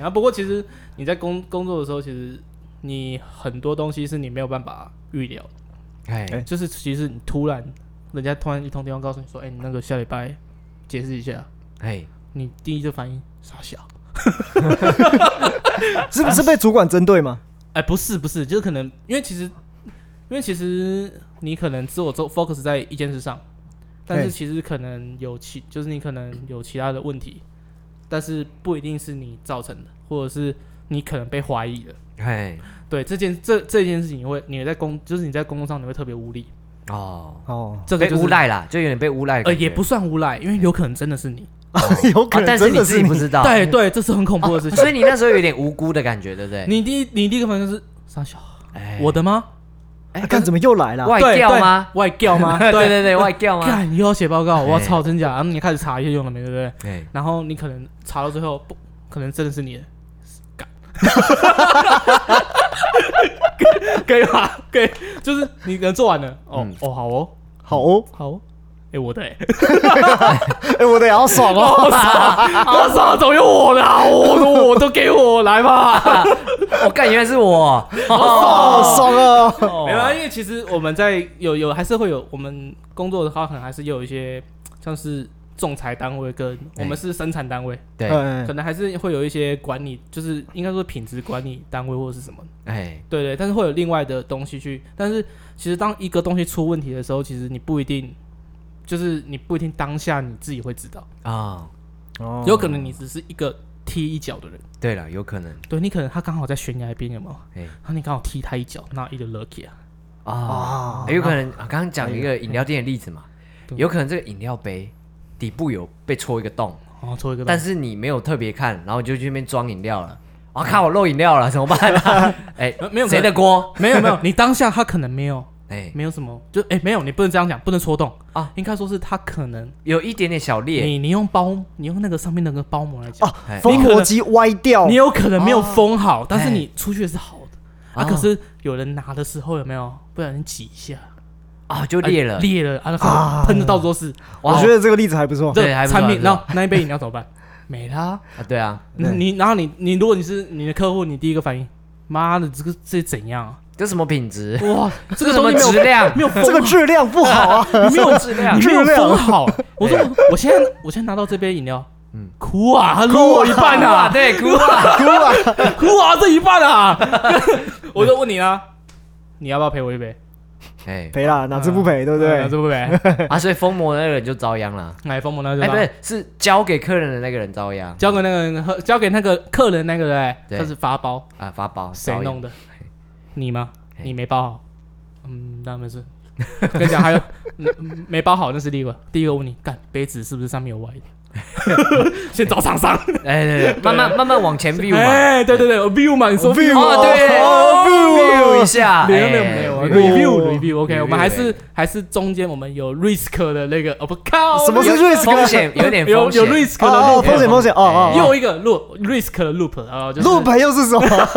Speaker 3: 然后不过其实你在工工作的时候，其实你很多东西是你没有办法预料的，
Speaker 2: 哎
Speaker 1: 哎
Speaker 3: 就是其实你突然人家突然一通电话告诉你说，哎、你那个下礼拜解释一下，
Speaker 2: 哎，
Speaker 3: 你第一就反应傻笑。
Speaker 1: 是不是被主管针对吗？
Speaker 3: 哎、不是不是，就是可能因为其实，因为其实你可能自我做 focus 在一件事上，但
Speaker 1: 嘿
Speaker 3: 是其实可能有其就是你可能有其他的问题，但是不一定是你造成的，或者是你可能被怀疑了。
Speaker 2: 哎，
Speaker 3: 对这件这这件事情，你会你在工就是你在工作上你会特别无力，
Speaker 2: 哦，
Speaker 1: 哦，
Speaker 3: 这个
Speaker 2: 被
Speaker 3: 就是
Speaker 2: 诬赖啦，就有点被诬赖的
Speaker 3: 呃
Speaker 2: 感觉，
Speaker 3: 也不算无赖，因为有可能真的是你。
Speaker 1: 有可
Speaker 2: 啊，
Speaker 1: 能
Speaker 2: 但是
Speaker 1: 真
Speaker 2: 你
Speaker 1: 的
Speaker 2: 自己
Speaker 1: 你
Speaker 2: 不知道，哦
Speaker 3: 对对，这是很恐怖的事情。
Speaker 2: 所以你那时候有点无辜的感觉，对不对？
Speaker 3: 你第一你第一个反应就是傻小，
Speaker 2: 哎
Speaker 3: 我的吗？
Speaker 2: 哎
Speaker 1: 啊干怎么又来了？
Speaker 2: 外
Speaker 3: 对
Speaker 2: 调
Speaker 3: 对
Speaker 2: 吗？
Speaker 3: 外 调吗？
Speaker 2: 对对对，外调吗？
Speaker 3: 干，你又要写报告，我
Speaker 2: 哎
Speaker 3: 操，真假？然后嗯你开始查一些用了没，对不对？
Speaker 2: 哎，
Speaker 3: 然后你可能查到最后，不可能真的是你的，干， 可以吧？可以，就是你可能做完了，哦、
Speaker 2: 嗯
Speaker 3: 哦，好哦，
Speaker 1: 好哦，
Speaker 3: 好哦，哎、我的、欸，
Speaker 1: 哎，我的也好 爽哦，
Speaker 3: 我操，我操，总有我的、啊，我都我都给我 来吧。
Speaker 2: 我哦干原来是我，
Speaker 1: 好爽哦，
Speaker 3: 没有啊，因为其实我们在有有还是会有我们工作的话，可能还是有一些像是仲裁单位跟
Speaker 2: 哎
Speaker 3: 我们是生产单位，
Speaker 2: 对，
Speaker 1: 哎
Speaker 3: 可，能还是会有一些管理，就是应该说品质管理单位或是什么。
Speaker 2: 哎，
Speaker 3: 对对，但是会有另外的东西去。但是其实当一个东西出问题的时候，其实你不一定，就是你不一定当下你自己会知道，
Speaker 2: 啊，
Speaker 1: 哦
Speaker 3: 有可能你只是一个踢一脚的人，
Speaker 2: 对了，有可能，
Speaker 3: 对你可能他刚好在悬崖边，有没有？
Speaker 2: 哎，
Speaker 3: 然后你刚好踢他一脚，那一个 lucky 啊，
Speaker 2: 啊，
Speaker 1: 啊
Speaker 2: 哎，有可能，啊刚刚讲一个饮料店的例子嘛，
Speaker 3: 哎对
Speaker 2: 有可能这个饮料杯底部有被戳一个洞，
Speaker 3: 然哦后抽一个，
Speaker 2: 但是你没有特别看，然后你就去那边装饮料了。啊！看我漏饮料了，怎么办啊？ 哎，
Speaker 3: 没有
Speaker 2: 谁的锅？
Speaker 3: 没有没有，你当下他可能没有
Speaker 2: 哎，
Speaker 3: 没有什么，就哎没有，你不能这样讲，不能戳洞
Speaker 2: 啊，
Speaker 3: 应该说是他可能
Speaker 2: 有一点点小裂，
Speaker 3: 你你用包你用那个上面那个包膜来讲，
Speaker 1: 哦
Speaker 2: 哎
Speaker 1: 封膜机歪掉
Speaker 3: 你，有可能没有封好，但是
Speaker 2: 哎
Speaker 3: 你出去的是好的。啊，
Speaker 2: 哦
Speaker 3: 可是有人拿的时候有没有不小心挤一下，
Speaker 2: 啊，就裂了
Speaker 3: 啊。裂了啊，然
Speaker 1: 啊
Speaker 3: 后喷的到处都是。
Speaker 1: 我
Speaker 2: 哇
Speaker 1: 觉得这个例子还不错，
Speaker 3: 这
Speaker 2: 对还不错
Speaker 3: 产
Speaker 2: 还
Speaker 3: 品，
Speaker 2: 不错
Speaker 3: 然后那一杯饮料怎么办？ 没啦。
Speaker 2: 啊对啊，
Speaker 1: 对
Speaker 3: 你然后你你，如果你是你的客户，你第一个反应，妈的，这个这怎样啊？
Speaker 2: 这什么品质？
Speaker 3: 哇，这个
Speaker 2: 什么
Speaker 3: 东西没有
Speaker 2: 质量？
Speaker 3: 没 有封
Speaker 1: 这个
Speaker 3: 好
Speaker 1: 质量不好啊，
Speaker 3: 你没有
Speaker 2: 质量
Speaker 3: 你没有
Speaker 1: 质量
Speaker 3: 封好。我说我现在我现在拿到这杯饮料，
Speaker 2: 嗯
Speaker 3: 嗯，哭啊，他漏我一半
Speaker 2: 啊，
Speaker 3: 啊，
Speaker 2: 对，哭啊！
Speaker 1: 哭啊，
Speaker 3: 哭啊，这一半啊。我就问你啊，你要不要陪我一杯？
Speaker 2: 哎，
Speaker 1: 赔啦，哪次不赔，对不
Speaker 3: 啊
Speaker 1: 对？
Speaker 3: 对不对？
Speaker 2: 啊，所以封膜那个人就遭殃了。
Speaker 3: 哎，封魔那就
Speaker 2: 哎，
Speaker 3: 吧
Speaker 2: 不是，是交给客人的那个人遭殃
Speaker 3: 交给那个人喝，交给那个客人那个人，
Speaker 2: 对
Speaker 3: 他是发包，
Speaker 2: 啊，发包
Speaker 3: 谁弄
Speaker 2: 的？
Speaker 3: 的？你吗？
Speaker 2: 嘿
Speaker 3: 你没包好？嗯，那没事。跟你讲，还有嗯嗯没包好那是第一个，第一个问你，干杯子是不是上面有歪的？ 先找厂商。
Speaker 2: 哎，对对，慢慢慢慢往前 view 嘛。
Speaker 3: 哎，对对对，view 嘛，你说
Speaker 1: view
Speaker 2: 哦，对
Speaker 1: 哦
Speaker 2: ，view 一下，
Speaker 3: 没有没有
Speaker 2: 哎 view
Speaker 3: 没有
Speaker 1: review
Speaker 3: ，review，review，OK，
Speaker 2: review，
Speaker 3: 我们还是
Speaker 2: 哎
Speaker 3: 还是中间我们有 risk 的那个，哦不靠，
Speaker 1: 什么是
Speaker 2: 风
Speaker 1: risk？
Speaker 2: 险有点
Speaker 3: 有
Speaker 2: 风险
Speaker 3: 有 risk 的
Speaker 1: 哦，哦
Speaker 3: loop，
Speaker 1: 风险风险，哦哦
Speaker 2: 哎
Speaker 1: 哦，
Speaker 3: 又一个 loop risk 的 loop，然后就是
Speaker 1: 路赔又是什么？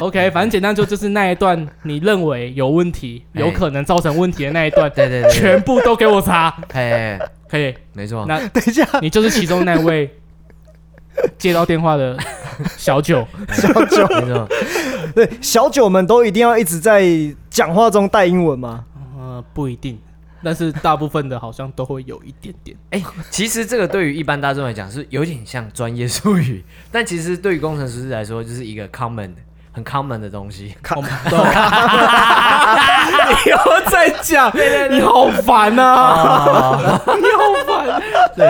Speaker 3: OK，反正简单就就是那一段你认为有问题、
Speaker 2: 哎
Speaker 3: 有可能造成问题的那一段，
Speaker 2: 对对对对
Speaker 3: 全部都给我查，
Speaker 2: 哎，
Speaker 3: 可以？
Speaker 2: 没错。
Speaker 3: 那
Speaker 1: 等一下，
Speaker 3: 你就是其中那位接到电话的小九，
Speaker 2: 小九，没错，
Speaker 1: 对，小九们都一定要一直在讲话中带英文吗？
Speaker 3: 呃，不一定，但是大部分的好像都会有一点点。
Speaker 2: 哎、其实这个对于一般大众来讲是有点像专业术语，但其实对于工程师来说就是一个 common 很 common 的东西。
Speaker 3: 我们 都你又在讲，你好烦呐、
Speaker 2: 啊，
Speaker 3: 你好烦，对，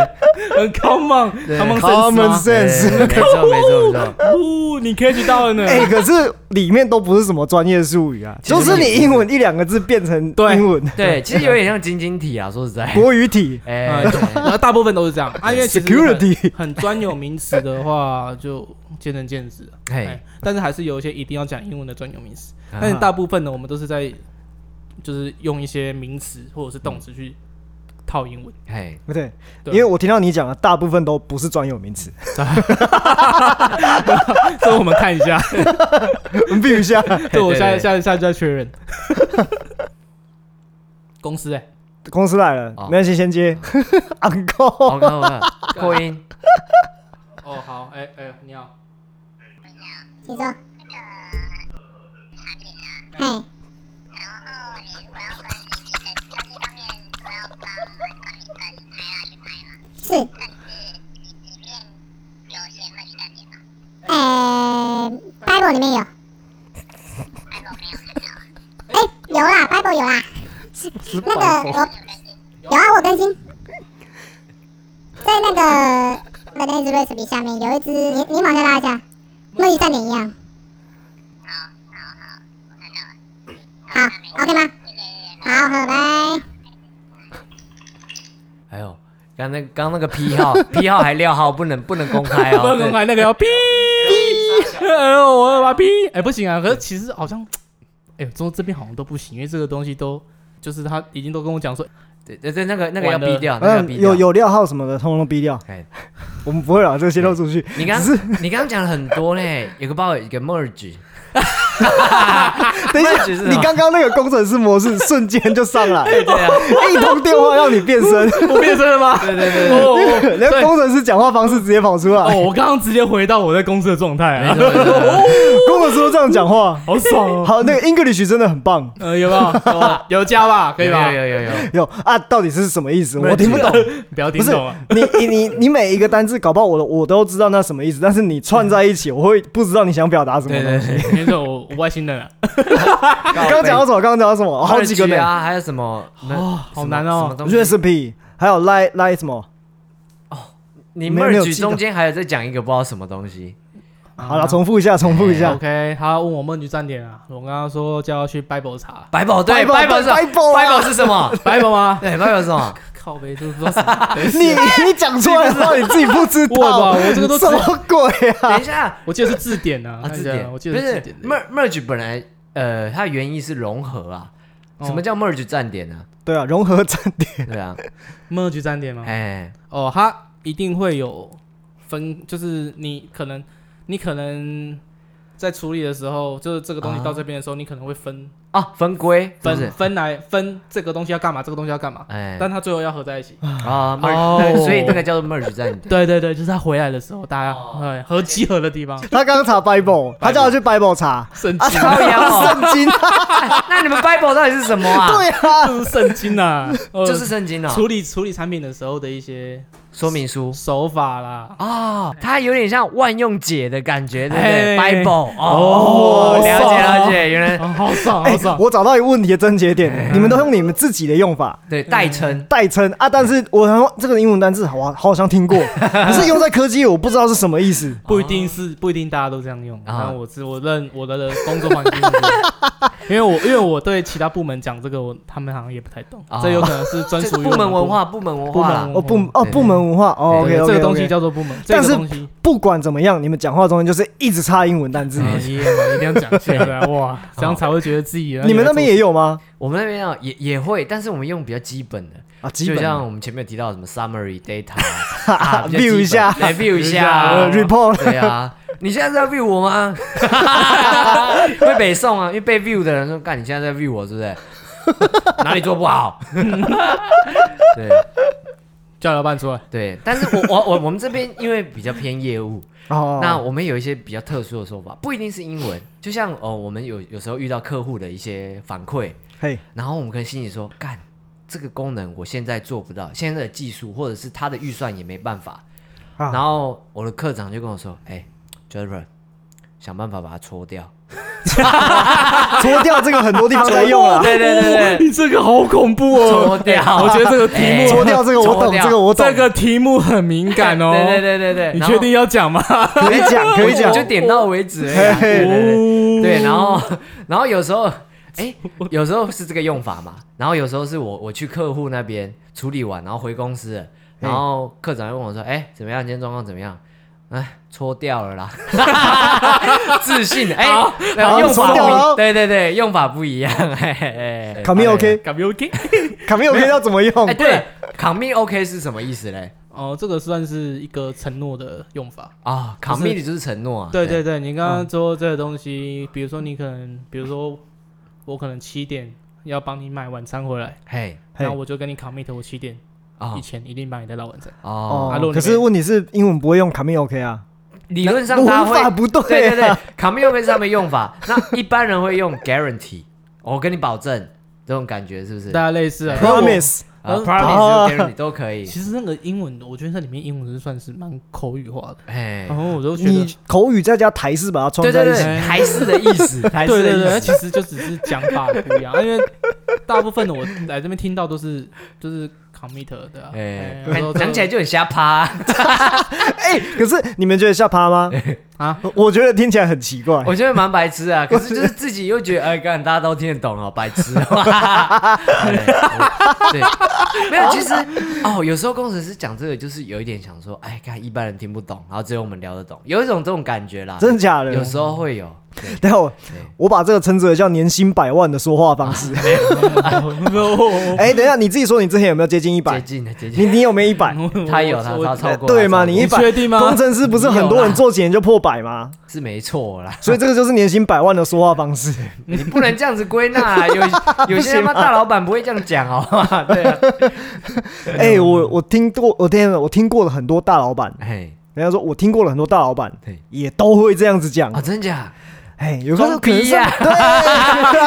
Speaker 3: 很 common
Speaker 2: 对
Speaker 3: common
Speaker 1: Common
Speaker 3: sense 吗
Speaker 1: sense
Speaker 2: 没错没错没错。
Speaker 3: 呜，你 catch 到了呢。
Speaker 1: 哎、可是里面都不是什么专业术语啊，
Speaker 2: 其实
Speaker 1: 就
Speaker 2: 不
Speaker 1: 是你英文一两个字变成
Speaker 3: 对
Speaker 1: 英文
Speaker 2: 对，其实有点像晶晶体啊，说实在，
Speaker 1: 国语体
Speaker 2: 哎、
Speaker 3: 呃，
Speaker 2: 对
Speaker 3: 然后大部分都 是这样。啊，因为其实很
Speaker 1: security
Speaker 3: 很专有名词的话，就见仁见智。哎
Speaker 2: 哎，，
Speaker 3: 但是还是有一些一定要讲英文的专有名词。
Speaker 2: 啊
Speaker 3: 但是大部分呢，我们都是在就是用一些名词或者是动词去套英文。
Speaker 2: 哎，
Speaker 1: 不对，
Speaker 3: 对
Speaker 1: 因为我听到你讲的大部分都不是专有名词，
Speaker 3: 所以我们看一 下，
Speaker 1: 我们比一下，
Speaker 3: 对我下
Speaker 2: 对对
Speaker 3: 下下就在确认。 公司哎，
Speaker 1: 公司来了，
Speaker 2: 哦
Speaker 1: 没关系，先接 uncle，
Speaker 2: 好看好看，扩音，
Speaker 3: 哦好，哎哎，你好，
Speaker 4: 你说，嘿，是。呃，Bible 里面有。哎，有啦，Bible 有啦。那个我有啊，我更新。在那个 The Lazy Recipe 下面有一只，你你往下拉一下，目的站点一样。好，OK 吗？好，好，拜。
Speaker 2: 哎呦，刚那刚那个 P 号 P 号还撂号，不能不能公开哦，
Speaker 3: 不能公开那个要哔，哎呦，我要把它哔，哎不行啊，可是其实好像，哎呦，中这边好像都不行，因为这个东西都就是他已经都跟我讲说，
Speaker 2: 对。对对，那个那个要
Speaker 3: 完了
Speaker 2: 逼掉，那个要
Speaker 1: 嗯，
Speaker 2: 逼掉。
Speaker 1: 有有料号什么的，通通逼掉。
Speaker 2: 哎，
Speaker 1: 我们不会把这个泄露出去。
Speaker 2: 你刚
Speaker 1: 只是
Speaker 2: 你刚刚讲了很多嘞，有个包有一个 merge，
Speaker 1: 等一下，
Speaker 2: 是什么
Speaker 1: 你刚刚那个工程师模式瞬间就上来，
Speaker 2: 对啊，
Speaker 1: 一通电话让你变身，
Speaker 3: 我变身了吗？
Speaker 2: 对对对对，
Speaker 3: 哦
Speaker 1: 连工程师讲话方式直接跑出来
Speaker 3: 哦，，我刚刚直接回到我在公司的状态
Speaker 2: 没
Speaker 3: 啊，
Speaker 2: 错没错没 错，
Speaker 1: 工程师都这样讲话。
Speaker 3: 好爽哦。
Speaker 1: 好，那个 English 真的很棒。
Speaker 3: 呃，有没有？有吧有加吧，可以吧？
Speaker 2: 有有有有有，
Speaker 1: 有啊，到底是什么意思？我听不懂。
Speaker 3: 不要
Speaker 1: 不
Speaker 3: 听
Speaker 1: 是
Speaker 3: 懂啊。
Speaker 1: 你你你你每一个单字，搞不好我都我都知道那什么意思，但是你串在一起，我会不知道你想表达什么
Speaker 2: 对
Speaker 1: 东
Speaker 2: 对
Speaker 1: 西。
Speaker 2: 对，
Speaker 3: 你说我我外星人啊，
Speaker 2: 刚
Speaker 1: 刚刚讲到什么？刚刚讲到什么？好几个呢。
Speaker 2: 啊，还有什么？
Speaker 3: 哦好难哦
Speaker 2: 我
Speaker 1: recipe，还有 lie lie 什么？
Speaker 2: 你
Speaker 1: 没有没有
Speaker 2: merge
Speaker 1: 记得
Speaker 2: 中间还有再讲一个不知道什么东西，
Speaker 1: 好了，重复一下，重复一下。
Speaker 3: 哎 OK，他问我梦局站点啊，我刚刚说叫他去 Bible 查
Speaker 2: 百宝对
Speaker 1: Bible，
Speaker 2: 百宝是
Speaker 1: 对 Bible 啊
Speaker 2: Bible 是什么？
Speaker 3: Bible 吗？
Speaker 2: 对，百宝是什 么？
Speaker 3: 靠背，这不知道什么。等一下
Speaker 1: 你你讲出来的话，你自己不知道。
Speaker 3: 我吧我这个都知
Speaker 1: 什么鬼啊
Speaker 2: 等？一下
Speaker 3: 我记得是字典啊，
Speaker 2: 啊，
Speaker 3: 看一
Speaker 2: 字
Speaker 3: 下
Speaker 2: 典，
Speaker 3: 我
Speaker 2: 不
Speaker 3: 记得是字
Speaker 2: 是
Speaker 3: 典的。
Speaker 2: merge merge 本来呃，它的原意是融合啊。
Speaker 3: 哦
Speaker 2: 什么叫 merge 站点呢？
Speaker 1: 对啊，融合站点。
Speaker 2: 对 啊，
Speaker 3: merge 站点吗？
Speaker 2: 哎，
Speaker 3: 哦，它一定会有分，就是你可能你可能在处理的时候，就是这个东西到这边的时候，你可能会分
Speaker 2: 啊，分归是不
Speaker 3: 分
Speaker 2: 是？
Speaker 3: 分来分这个东西要干嘛，这个东西要干嘛，
Speaker 2: 哎，
Speaker 3: 但它最后要合在一起。
Speaker 2: 啊
Speaker 3: 哦
Speaker 2: ，merge，对所以那个叫做 merge 站点。
Speaker 3: 对对对，就是他回来的时候，大家
Speaker 2: 哦
Speaker 3: 哎合集合的地 方，
Speaker 1: 他刚刚查 Bible，他叫他去 Bible 查。
Speaker 3: 圣
Speaker 1: 啊，
Speaker 3: 经
Speaker 1: 查
Speaker 2: 靠腰哦
Speaker 1: 圣 经。
Speaker 2: 那你们 Bible 到底是什么啊？
Speaker 1: 对啊，
Speaker 3: 就是圣经啊，呃
Speaker 2: 就是圣经哦，
Speaker 3: 处理处理产品的时候的一些
Speaker 2: 说明书。
Speaker 3: 手法啦。
Speaker 2: 哦，它有点像万用解的感觉，对不对
Speaker 3: 哎
Speaker 2: ？Bible
Speaker 3: 哦
Speaker 2: 哦，了解
Speaker 3: 爽哦
Speaker 2: 了解，原来
Speaker 3: 哦，好爽，好哎
Speaker 1: 哎
Speaker 3: 爽！
Speaker 1: 我找到一个问题的症结点，你们都用你们自己的用法。
Speaker 2: 对代称
Speaker 1: 代称啊，但是我好像这个英文单字好啊，好像 听过，可是用在科技我不知道是什么意思。
Speaker 3: 不一定是不一定大家都这样用，
Speaker 2: 哦啊
Speaker 3: 但我是我认我的工作环境是这样， 因为我因为我对其他部门讲这个，我他们好像也不太懂
Speaker 2: 啊，
Speaker 3: 这有可能是专
Speaker 2: 这
Speaker 3: 属于
Speaker 2: 部
Speaker 3: 我
Speaker 2: 门文
Speaker 3: 部
Speaker 2: 化，部门文
Speaker 3: 部
Speaker 2: 化
Speaker 3: 门
Speaker 2: 啦
Speaker 3: 文。
Speaker 1: 哦，部哦
Speaker 2: 对对
Speaker 1: 部门文化哦，OK
Speaker 3: 对这
Speaker 1: OK
Speaker 3: 个东西
Speaker 1: OK。
Speaker 3: 叫做部门，这
Speaker 1: 但
Speaker 3: 个
Speaker 1: 是
Speaker 3: 东 西
Speaker 1: 不管怎么样，你们讲话中间就是一直插英文单
Speaker 2: 嗯
Speaker 1: 字。
Speaker 3: 哎呀一定要讲 出来哇，这样才会觉得自己
Speaker 1: 你们那边也有吗？
Speaker 2: 我们那边啊也也会，但是我们用比较基本的，
Speaker 1: 啊，基
Speaker 2: 就
Speaker 1: 本
Speaker 2: 像我们前面有提到什么 summary data
Speaker 1: 哈哈
Speaker 2: 啊
Speaker 1: view 一下
Speaker 2: 来 view
Speaker 1: 呃
Speaker 2: 一下。
Speaker 1: report
Speaker 2: 对啊， 你现在是要 view 我 吗？会北宋啊，因为被 view 的人说：“干，你现在在 view 我，是不是？ 哪里做不好？”对
Speaker 3: 叫老板出来，
Speaker 2: 对，但是我我我我们这边因为比较偏业务，
Speaker 1: 哦，
Speaker 2: 那我们有一些比较特殊的说法，不一定是英文，就像哦、呃我们有有时候遇到客户的一些反馈，
Speaker 1: 嘿，
Speaker 2: 然后我们可以心里说，干这个功能我现在做不到，现在的技术或者是他的预算也没办法。
Speaker 1: 啊
Speaker 2: 然后我的科长就跟我说，哎、j e r r 想办法把它搓掉。
Speaker 1: 搓掉这个很多地方在用啊，
Speaker 2: 对对对 对，
Speaker 3: 你这个好恐怖
Speaker 2: 搓
Speaker 3: 哦，
Speaker 2: 掉。
Speaker 3: 我觉得这个 题目
Speaker 1: 搓掉这个我
Speaker 2: 搓
Speaker 1: 懂，
Speaker 2: 掉
Speaker 1: 这个我懂
Speaker 3: 这，个题目很敏感哦，
Speaker 2: 对对对对对，
Speaker 3: 你
Speaker 2: 然后
Speaker 3: 确定要讲吗？
Speaker 1: 可以 讲，可以讲
Speaker 2: 我。就点到为止而已啊。对对对对，
Speaker 1: 嗯
Speaker 2: 然后 然后有时候，哎，有时候是这个用法嘛，然后有时候是我我去客户那边处理完，然后回公司了，然后科长又问我说，哎，怎么样？今天状况怎么样？哎，搓掉了 啦，自信哎，
Speaker 1: 好
Speaker 2: 用
Speaker 1: 搓
Speaker 2: 法
Speaker 1: 掉了
Speaker 2: 不
Speaker 1: 哦
Speaker 2: 一，对对对，用法不一样，嘿嘿嘿。
Speaker 1: 卡米 OK，哦
Speaker 3: 敢不 OK？
Speaker 1: 卡米 OK 要怎么用？
Speaker 2: 哎，对，commit OK 是什么意思嘞？
Speaker 3: 哦，这个算是一个承诺的用法。
Speaker 2: 啊，commit 就是承诺啊，
Speaker 3: 对对对，你刚刚说这个东西，比如说你可能，比如说我可能七点要帮你买晚餐回来，
Speaker 2: 嘿
Speaker 1: 嘿
Speaker 3: 那我就跟你 commit，我七点
Speaker 2: 啊
Speaker 3: 以前一定帮你带到晚餐。
Speaker 2: 哦
Speaker 3: 啊如
Speaker 1: 哦
Speaker 3: 果，你
Speaker 1: 可是问题是英文不会用卡米 OK 啊，
Speaker 2: 理论上
Speaker 1: 那
Speaker 2: 大家
Speaker 1: 文法
Speaker 2: 会
Speaker 1: 不 对啊
Speaker 2: 对对对 c o m m u n i 是他们用法， 那一般人会用 guarantee，我哦跟你保证，这种感觉是不是？
Speaker 3: 大
Speaker 2: 啊
Speaker 3: 家类似啊。
Speaker 1: promise
Speaker 2: ，promise 跟 guarantee 都可以。
Speaker 3: 其实那个英文，我觉得那里面英文是算是蛮口语化的。
Speaker 2: 哎
Speaker 3: 然，后我就觉得
Speaker 1: 哦你，口语再加台式把它
Speaker 2: 对
Speaker 1: 串在
Speaker 2: 对
Speaker 1: 一
Speaker 2: 对，
Speaker 1: 起，
Speaker 2: 台式的意思，台
Speaker 3: 对
Speaker 2: 式的
Speaker 3: 对对，
Speaker 2: 意
Speaker 3: 那
Speaker 2: 思。
Speaker 3: 其实就只是讲法不一样，因为大部分的我来这边听到都是就是 commit 的啊。
Speaker 2: 哎
Speaker 3: 哎，
Speaker 2: 看讲起来就很瞎趴，
Speaker 1: 哎，可是你们觉得下趴 吗？
Speaker 3: 啊，
Speaker 1: 我觉得听起来很奇怪。
Speaker 2: 我觉得蛮白痴啊。可是就是自己又觉得，哎，干大家都听得懂哦，白痴。对，没有，其实哦，有时候工程师讲这个，就是有一点想说，哎，看一般人听不懂，然后只有我们聊得懂，有一种这种感觉啦。
Speaker 1: 真的假的？
Speaker 2: 有时候会有，对
Speaker 1: 等一下我
Speaker 2: 对
Speaker 1: 我把这个称之为叫年薪百万的说话方式。 哎，等一下，你自己说你之前有没有接近一
Speaker 2: 哦 接
Speaker 1: 百？
Speaker 2: 近的接近
Speaker 1: 你。你有没有一 百？哎
Speaker 2: 他有他他超过
Speaker 1: 对
Speaker 2: 他
Speaker 1: 吗？
Speaker 2: 超过
Speaker 1: 你一百
Speaker 3: 你确定吗
Speaker 1: 工程师不是很多
Speaker 2: 有
Speaker 1: 人
Speaker 2: 啦
Speaker 1: 做几年就破百 吗？
Speaker 2: 是没 错啦，
Speaker 1: 所以这个就是年薪百万的说话方 式。
Speaker 2: 你不能这样子归 纳啊，有有些他妈大老板不会这样讲哦， 对啊，
Speaker 1: 哎、我我听过，我天，啊我听过了很多大老板，
Speaker 2: 哎
Speaker 1: 人家说我听过了很多大老板
Speaker 2: 对，
Speaker 1: 也都会这样子讲
Speaker 2: 啊，。真假？
Speaker 1: 哎、有时候
Speaker 2: 装
Speaker 1: 可能
Speaker 2: 逼
Speaker 1: 是、
Speaker 2: 啊呀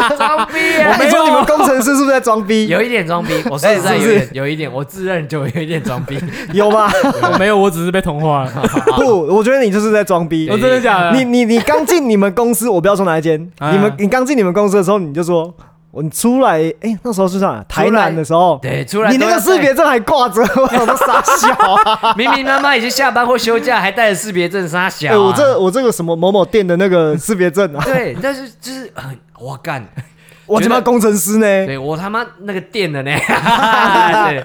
Speaker 1: 对，
Speaker 2: 装逼
Speaker 1: 我
Speaker 2: 啊！
Speaker 1: 没说你们工程师是不是在装逼？
Speaker 2: 有一点装逼，我说实在
Speaker 1: 哎是不
Speaker 2: 有
Speaker 1: 是
Speaker 2: 一点，有一点，我自认就有一点装 逼。
Speaker 1: 有 吗？
Speaker 3: 我没有，我只是被同化了。
Speaker 1: 不，我觉得你就是在装逼
Speaker 3: 我。真的 假的？
Speaker 1: 哎你你你刚进你们公司，我不要说哪一间，
Speaker 3: 啊
Speaker 1: 你们你刚进你们公司的时候，你就说，我你出来，哎、那时候是啥？台南的时候，
Speaker 2: 对，出来
Speaker 1: 你那个识别证还挂着， 我都傻笑啊！
Speaker 2: 都要带， 明明妈妈已经下班或休假，还带着识别证杀小
Speaker 1: 哎、
Speaker 2: 啊。
Speaker 1: 我这我这个什么某某店的那个识别证啊，
Speaker 2: 对，但是就是很我干，
Speaker 1: 我怎么工程师呢？
Speaker 2: 对我他妈那个 电的呢，对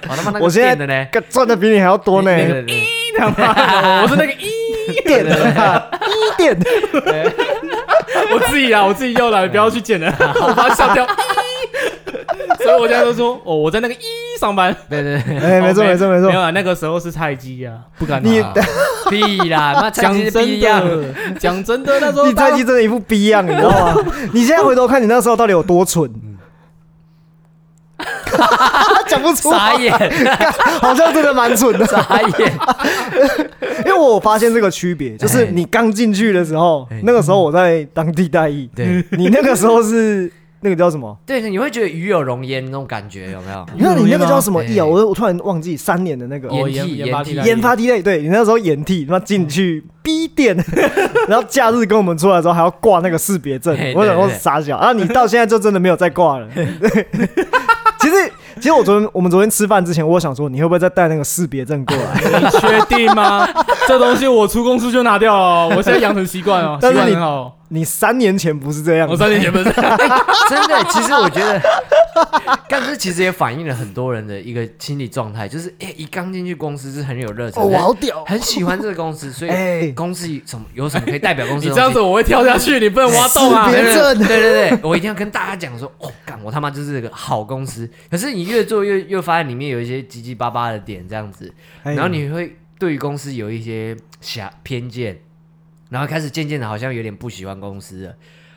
Speaker 2: 我他妈那
Speaker 1: 我
Speaker 2: 个
Speaker 1: 现
Speaker 2: 电
Speaker 1: 在
Speaker 2: 的呢，
Speaker 1: 干赚的比你还要多呢，
Speaker 2: 对对对
Speaker 3: 他妈的我是那个一，
Speaker 1: 点啊，一 点，
Speaker 3: 我自己啊，我自己又
Speaker 1: 嗯
Speaker 3: 来，不要去剪 了，我把它笑掉。所以我现在都说，哦，我在那个一上班。
Speaker 2: 对对对，
Speaker 1: 哎，没错
Speaker 3: 哦
Speaker 1: 没错没
Speaker 3: 没有
Speaker 1: 错，
Speaker 3: 啊，那个时候是菜鸡啊，不敢拿
Speaker 1: 你
Speaker 3: 啊。
Speaker 2: 屁啦， 妈
Speaker 3: 讲
Speaker 2: 菜鸡是
Speaker 3: 真
Speaker 2: 逼样，
Speaker 3: 的，讲真的，那时候
Speaker 1: 你菜鸡真的一副逼样，你知道吗？你现在回头看你那时候到底有多蠢，讲不出
Speaker 2: 傻
Speaker 1: 来，
Speaker 2: 眼
Speaker 1: 好像真的蛮蠢的。
Speaker 2: 傻眼，
Speaker 1: 因为我发现这个区别，就是你刚进去的时候
Speaker 2: 哎，
Speaker 1: 那个时候我在当地代役，
Speaker 2: 对
Speaker 1: 你那个时候是那个叫什 么？
Speaker 2: 对，你会觉得鱼有容焉那种感觉有没有？
Speaker 1: 你看你那个叫什么
Speaker 2: 哎
Speaker 1: 役啊？我我突然忘记三年的那个
Speaker 3: 哦
Speaker 2: 演啊
Speaker 3: 研
Speaker 2: 替
Speaker 3: 研发
Speaker 2: 替
Speaker 3: 替代
Speaker 1: 研发梯类，对你那时候研替，他妈进去
Speaker 2: 哎
Speaker 1: 逼店， 然后假日跟我们出来的时候还要挂那个识别证
Speaker 2: 嘿，
Speaker 1: 我
Speaker 2: 对
Speaker 1: 想说
Speaker 2: 对对
Speaker 1: 傻小，然后你到现在就真的没有再挂了。 对，其实其实我昨天我们昨天吃饭之前，我想说你会不会再带那个识别证过来？
Speaker 3: 你确定吗？这东西我出公司就拿掉了，我现在养成习惯哦，
Speaker 1: 但是
Speaker 3: 习惯
Speaker 1: 你
Speaker 3: 很好哦。
Speaker 1: 你三年前不 是这样
Speaker 3: 我
Speaker 1: 的，
Speaker 3: 三年前不是，
Speaker 2: 真 的，其实我觉得， 但是其实也反映了很多人的一个心理状态，就是哎、一刚进去公司是很有热忱，
Speaker 1: 哦，我
Speaker 2: 很
Speaker 1: 好屌！
Speaker 2: 很喜欢这个公司，所
Speaker 1: 哎
Speaker 2: 以公司什么有什么可以代表公司
Speaker 3: 你
Speaker 2: 的
Speaker 3: 这样
Speaker 2: 东
Speaker 3: 子
Speaker 2: 西。
Speaker 3: 我会跳下去，你不能挖洞啊
Speaker 1: 识！别证
Speaker 2: 对对对，我一定要跟大家讲说，哦，干，我他妈就是个好公司。可是你越做越越发现里面有一些七七八八的点，这样子，
Speaker 1: 哎
Speaker 2: 然后你会对于公司有一些狭偏见，然后开始渐渐的好像有点不喜欢公司了，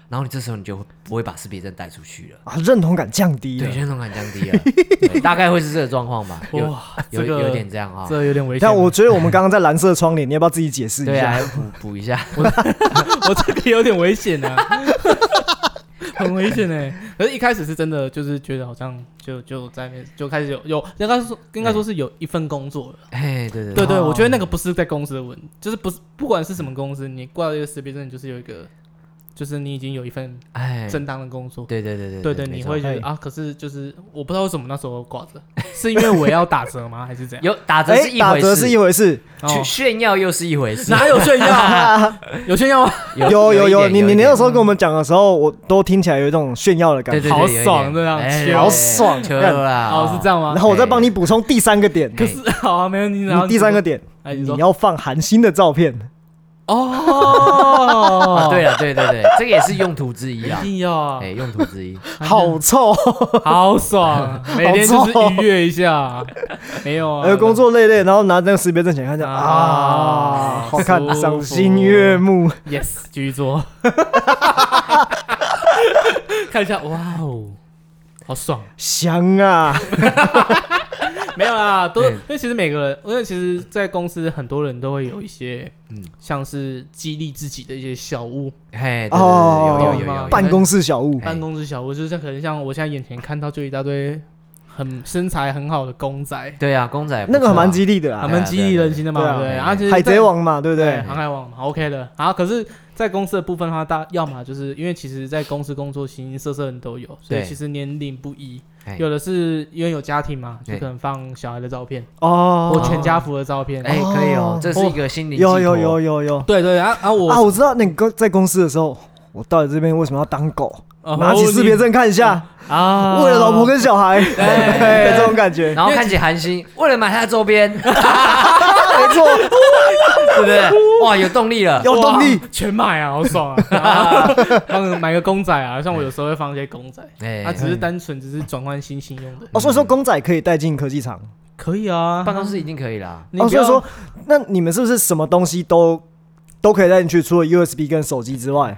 Speaker 2: 然后你这时候你就不会把识别证带出去了。
Speaker 1: 啊，认同感降低了
Speaker 2: 对，。认同感降低了，对大概会是这个状况吧。有
Speaker 3: 哇，
Speaker 2: 有
Speaker 3: 这个
Speaker 2: 有点这样啊。
Speaker 3: 这有点危险。
Speaker 1: 但我觉得我们刚刚在蓝色窗帘，你要不要自己解释一
Speaker 2: 对啊，
Speaker 1: 下？
Speaker 2: 要补补一下。
Speaker 3: 我这个有点危险啊， 很危险哎、可是，一开始是真的，就是觉得好像就就在那边就开始有有，应该说应该说是有一份工作了。
Speaker 2: 哎，对对对，
Speaker 3: 对对，
Speaker 1: 哦
Speaker 3: 我觉得那个不是在公司的问，就是不是不管是什么公司，你挂了一个识别证，就是有一个，就是你已经有一份
Speaker 2: 哎，
Speaker 3: 正当的工作。
Speaker 2: 对对对
Speaker 3: 对
Speaker 2: 对，
Speaker 3: 对，
Speaker 2: 没
Speaker 3: 你
Speaker 2: 错
Speaker 3: 会觉得
Speaker 1: 哎
Speaker 3: 啊，可是就是我不知道为什么那时候挂着，是因为我要打折吗？还是怎样？哦
Speaker 2: 有打折是
Speaker 1: 哎，
Speaker 2: 一
Speaker 1: 打
Speaker 2: 回
Speaker 1: 折是一
Speaker 2: 事，
Speaker 1: 回事，
Speaker 2: 去炫耀又是一回事。
Speaker 3: 哪有炫耀？啊有炫耀吗？
Speaker 1: 有有有，
Speaker 2: 有一点
Speaker 1: 你
Speaker 2: 有
Speaker 1: 你
Speaker 2: 一
Speaker 1: 你
Speaker 2: 点
Speaker 1: 那个时候跟我们讲的时候，我都听起来有一种炫耀的感
Speaker 2: 对
Speaker 1: 觉。
Speaker 2: 对对，
Speaker 3: 好
Speaker 2: 有一点
Speaker 3: 爽这样
Speaker 2: 哎
Speaker 3: 球
Speaker 1: 好 爽
Speaker 2: 球
Speaker 1: 干
Speaker 2: 啦！
Speaker 3: 哦，是这样吗
Speaker 1: 然？后我再帮你补充第三个点，
Speaker 2: 可
Speaker 3: 可
Speaker 2: 是
Speaker 3: 是 好啊，没问题。然后
Speaker 1: 你第三个点，
Speaker 3: 哎你
Speaker 1: 你
Speaker 3: 说
Speaker 1: 要放韩星的照片。
Speaker 3: 哦
Speaker 2: 啊，，对了，对对对，这个也是用途之一啊
Speaker 3: 一。定要啊
Speaker 2: 哎，，用途之一。
Speaker 1: 好臭！
Speaker 3: 好爽啊，每天就是愉悦一下，没有啊
Speaker 1: 呃，，工作累累，然后拿那个识别证起来看一下啊，
Speaker 3: 啊
Speaker 1: 好看
Speaker 3: 舒，服
Speaker 1: 赏心悦目。
Speaker 3: yes，继续 做，看一下，哇哦，好爽，
Speaker 1: 香啊！
Speaker 3: 没有啦，都
Speaker 2: 对
Speaker 3: 因为其实每个人，因为其实，在公司很多人都会有一些，
Speaker 2: 嗯
Speaker 3: 嗯，像是激励自己的一些小物，
Speaker 2: 嘿，对对对
Speaker 1: 哦
Speaker 2: 有有有有有
Speaker 1: 办公室小物
Speaker 2: 哎
Speaker 3: 办公室小物，就是像可能像我现在眼前看到就一大堆很身材很好的公仔，
Speaker 2: 对啊，公仔
Speaker 1: 那个蛮
Speaker 2: 机，
Speaker 1: 激励的
Speaker 3: 还
Speaker 1: 啦，
Speaker 3: 蛮激励人心的嘛，
Speaker 1: 对
Speaker 3: 啊对
Speaker 1: 啊
Speaker 3: 不对？
Speaker 2: 对啊
Speaker 3: 然后其实在
Speaker 1: 海贼王嘛，对不
Speaker 3: 对
Speaker 1: 对？
Speaker 3: 哎航海王嘛 OK 的。然后可是，在公司的部分的话，大要么就是因为其实，在公司工作形形色色人都有，所以
Speaker 2: 对
Speaker 3: 其实年龄不一
Speaker 2: 哎，
Speaker 3: 有的是因为有家庭嘛，就
Speaker 2: 对
Speaker 3: 可能放小孩的照片，
Speaker 1: 哎哦，
Speaker 3: 或全家福的照片。
Speaker 2: 哎，可以哦
Speaker 1: 哦，
Speaker 2: 这是一个心灵寄
Speaker 1: 有
Speaker 2: 托
Speaker 1: 有有有有
Speaker 3: 对对，然后然后
Speaker 1: 啊！
Speaker 3: 我
Speaker 1: 我知道那个在公司的时候，我到底这边为什么要当狗？
Speaker 2: 哦
Speaker 3: 呃
Speaker 1: 拿起识别证看一下，
Speaker 3: 啊
Speaker 1: 为了老婆跟小孩，
Speaker 2: 对
Speaker 1: 嘿这种感觉，
Speaker 2: 然后看起韩星，为了买他的周边， 对
Speaker 1: 没 错，
Speaker 2: 不对？哇，有动力了，
Speaker 1: 有动力
Speaker 3: 哇全买啊，好爽啊！ 然后放买个公仔啊，像我有时候会放一些公仔，
Speaker 2: 哎
Speaker 3: 它
Speaker 1: 嗯
Speaker 3: 只是单纯只是转换心情用的，
Speaker 1: 哦。所以说公仔可以带进科技厂
Speaker 3: 可以啊。
Speaker 2: 办公室一定可以啦。
Speaker 3: 你
Speaker 1: 哦。
Speaker 3: 不
Speaker 1: 所
Speaker 3: 要
Speaker 1: 以说，那你们是不是什么东西都都可以带进去？除了 USB 跟手机之外，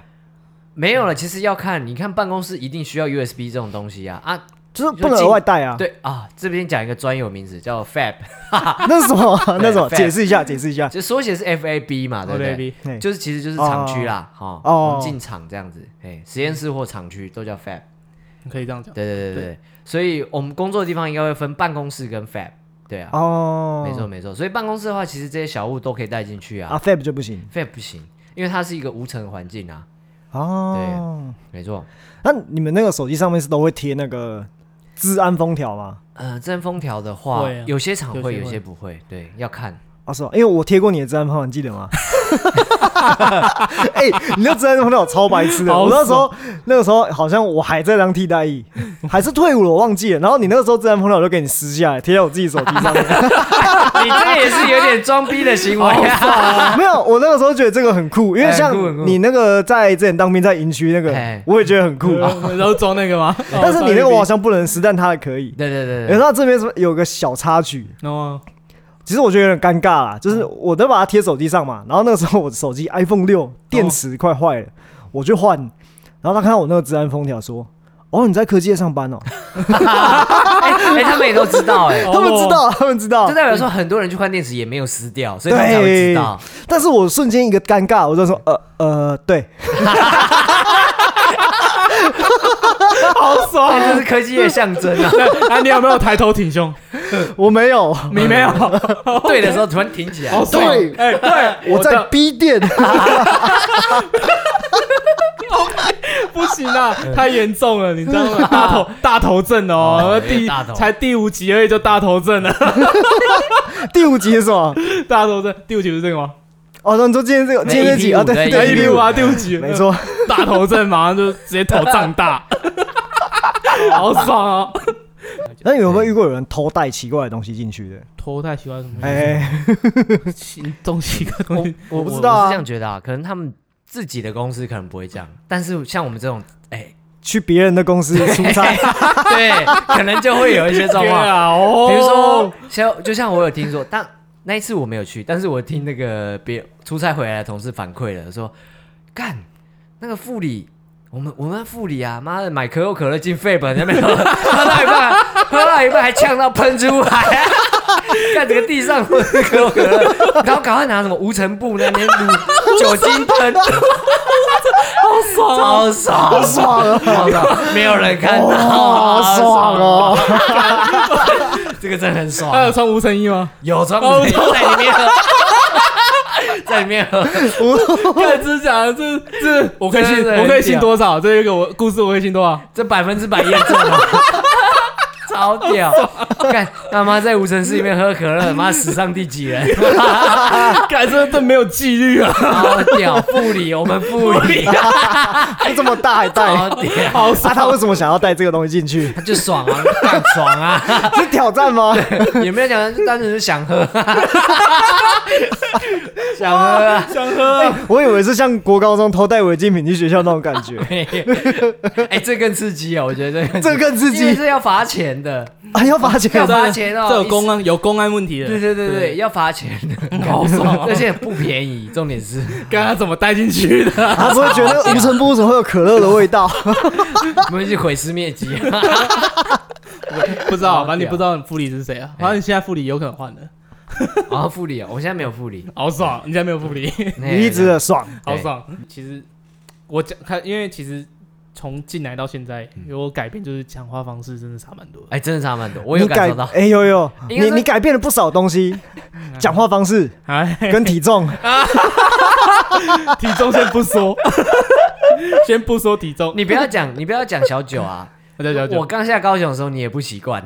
Speaker 2: 没有了，其实要看，你看办公室一定需要 USB 这种东西啊啊，
Speaker 1: 就是不能额外带啊。
Speaker 2: 对啊，这边讲一个专有名词叫 Fab，
Speaker 1: 那是什么？那是什么？
Speaker 2: 对
Speaker 1: 解释一下，解释一下。
Speaker 2: 就缩写是 FAB 嘛，对不
Speaker 3: o
Speaker 2: 对？
Speaker 3: 哦 baby，
Speaker 1: 嘿
Speaker 2: 就是其实就是厂区啦，哈，
Speaker 1: 哦
Speaker 2: 我们进厂这样子，哎，实验室或厂区都叫 Fab，
Speaker 3: 你可以这
Speaker 1: 嗯
Speaker 3: 样讲。
Speaker 2: 对对对对对，所以我们工作的地方应该会分办公室跟 Fab，对啊，
Speaker 1: 哦，
Speaker 2: 没错没错，所以办公室的话，其实这些小物都可以带进去
Speaker 1: 啊
Speaker 2: 啊
Speaker 1: ，Fab 就不行
Speaker 2: ，Fab 不行，因为它是一个无尘环境啊，
Speaker 1: 哦。
Speaker 2: 没错。
Speaker 1: 那你们那个手机上面是都会贴那个治安封条吗？
Speaker 2: 呃，真封条的话，
Speaker 3: 会啊
Speaker 2: 有些厂会，
Speaker 3: 有些会
Speaker 2: 有些不会，对，要 看。
Speaker 1: 啊，是哦，因为我贴过你的治安方案，你记得吗？ 哎、你那治安方案我超白痴的。
Speaker 3: 好
Speaker 1: 我那时候那个时候好像我还在当替代役，还是退伍了，我忘记了。然后你那个时候治安方案我就给你撕下来，贴在我自己手机上 面。
Speaker 2: 你这也是有点装逼的行为
Speaker 1: 哦
Speaker 2: 啊！
Speaker 1: 没有，我那个时候觉得这个很酷，因为
Speaker 2: 哎
Speaker 1: 像
Speaker 2: 很酷很酷
Speaker 1: 你那个在之前当兵在营区那个
Speaker 2: 哎，
Speaker 1: 我也觉得很酷。啊
Speaker 3: 呃然后装那个吗？
Speaker 2: 哦
Speaker 3: 哦
Speaker 1: 但是你那个我好像不能撕，但他的可以。
Speaker 2: 对对对
Speaker 1: 然
Speaker 2: 对，
Speaker 1: 后这边是有个小插曲，
Speaker 3: 哦，
Speaker 1: 其实我觉得有点尴尬啦，就是我都把它贴手机上嘛，然后那个时候我的手机 iPhone 六电池快坏了，我去换，然后他看到我那个治安封条说。哦，你在科技业上班哦？
Speaker 2: 哎、哎他们也都知道哎、
Speaker 3: 哦
Speaker 1: 他们知道，他们知道
Speaker 2: 就。代表说很多人去换电池也没有撕掉，所以他们才会知道。
Speaker 1: 但是我瞬间一个尴尬，我就说，呃呃，对，
Speaker 3: 好爽
Speaker 2: 哎，这是科技业象征啊！
Speaker 3: 啊，你有没有抬头挺 胸？
Speaker 1: 我没有，
Speaker 3: 你没有，
Speaker 2: 对的时候突然挺起来，
Speaker 3: 好爽！
Speaker 1: 对
Speaker 3: 哎，对，
Speaker 1: 我在
Speaker 3: 的
Speaker 1: B 店。
Speaker 3: 不行啊，太严重了，你知道 吗？大头大头症
Speaker 2: 哦
Speaker 3: 哦，
Speaker 2: 有点
Speaker 3: 第
Speaker 2: 大头
Speaker 3: 才第五集而已就大头症了，
Speaker 1: 第五集是什么？
Speaker 3: 大头症第五集不是这个吗？
Speaker 1: 哦，那你说今天这个，
Speaker 2: 没
Speaker 1: 今天这
Speaker 2: EP
Speaker 1: 集啊，
Speaker 2: 五对
Speaker 1: 对
Speaker 3: 哎，
Speaker 1: 对
Speaker 3: 一
Speaker 2: 第
Speaker 3: 比
Speaker 2: 五
Speaker 3: 五
Speaker 1: 啊，
Speaker 3: 啊，第五集
Speaker 1: 没，错。
Speaker 3: 大头症马上就直接头胀大， 好爽哦！
Speaker 1: 那你有没有遇过有人偷带奇怪的东西进去的？
Speaker 3: 头太喜欢什么？哎，
Speaker 1: 哎，
Speaker 3: 东西个东西，
Speaker 1: 我不知道啊
Speaker 2: 我是这样觉得啊，可能他们自己的公司可能不会这样，但是像我们这种， 哎、
Speaker 1: 去别人的公司出差，
Speaker 2: 对，可能就会有一些 状
Speaker 3: 对
Speaker 2: 况。
Speaker 3: 啊，哦，
Speaker 2: 比如说，像就像我有听说，但那一次我没有去，但是我听那个别出差回来的同事反馈了，说干那个副理，我们我们副理啊，妈的买可口可乐进啊肺本那边喝，喝到一半，喝到一半还呛到喷出来，啊 干整个地上都是可口可乐，然后赶快拿什么无尘布那边撸酒精喷，好爽、好爽、好爽，没有人看到，啊
Speaker 1: 哇，好爽哦！
Speaker 2: 这个真的很爽啊
Speaker 3: 他。有穿无尘衣吗？
Speaker 2: 有穿不是在里面喝，哦在里面喝，
Speaker 3: 看真假的，这这我可以
Speaker 2: 真
Speaker 3: 信，
Speaker 2: 的很
Speaker 3: 我可以信
Speaker 2: 屌
Speaker 3: 多少？这一个我故事我可以信多少？
Speaker 2: 这百分之百验证了。 超屌！看他妈在无尘室里面喝可乐，妈史上第几人？
Speaker 3: 感这这没有纪律啊，
Speaker 2: 好屌！副理，我们副 理，
Speaker 1: 就这么大还 带，
Speaker 2: 好
Speaker 1: 啊，
Speaker 2: 屌！
Speaker 3: 好爽！
Speaker 1: 他为什么想要带这个东西进 去？
Speaker 2: 就爽啊，干爽啊！
Speaker 1: 是挑战吗？
Speaker 2: 也没有讲，就单纯是想喝， 想喝啊！，
Speaker 3: 想喝啊，
Speaker 1: 我以为是像国高中偷带违禁品去学校那种感觉
Speaker 2: 哎，这更刺激啊！我觉得 这更
Speaker 1: 这个更刺
Speaker 2: 因为
Speaker 1: 激
Speaker 2: 是要罚钱的，
Speaker 1: 啊！要罚 钱
Speaker 2: 要
Speaker 1: 的，
Speaker 2: 罚钱哦！
Speaker 3: 这有公安有公安问题的。
Speaker 2: 对对对对，要罚钱 的，
Speaker 3: 好爽哦
Speaker 2: 而且不便宜，重点 是
Speaker 3: 刚刚怎么带进去的？
Speaker 1: 他不会觉得 无尘不怎么会有可乐的味道？
Speaker 2: 啊我们去毁尸灭迹。
Speaker 3: 不知道，反正你不知道你副理是谁啊？
Speaker 2: 哎
Speaker 3: 反正你现在副理有可能换了，
Speaker 2: 然后副理啊，我现在没有副理，
Speaker 3: 好爽！你现在没有副 理，
Speaker 2: 哎
Speaker 1: 你一直的爽，
Speaker 3: 好爽。其实我讲看，因为其实从进来到现在，
Speaker 1: 嗯
Speaker 3: 有改变，就是讲话方式真的差蛮多的。
Speaker 2: 哎，真的差蛮多，我有
Speaker 1: 你
Speaker 2: 感
Speaker 1: 改
Speaker 2: 受到
Speaker 1: 哎呦呦，
Speaker 2: 应该
Speaker 1: 你
Speaker 2: 说
Speaker 1: 你改变了不少东 西，讲话方式
Speaker 3: 哎，
Speaker 1: 跟体重，
Speaker 3: 体重先 不说，先不说体重，
Speaker 2: 你不要讲，你不要讲小九 啊。
Speaker 3: 我再讲
Speaker 2: 我
Speaker 3: 讲。
Speaker 2: 刚下高雄的时候，你也不习惯。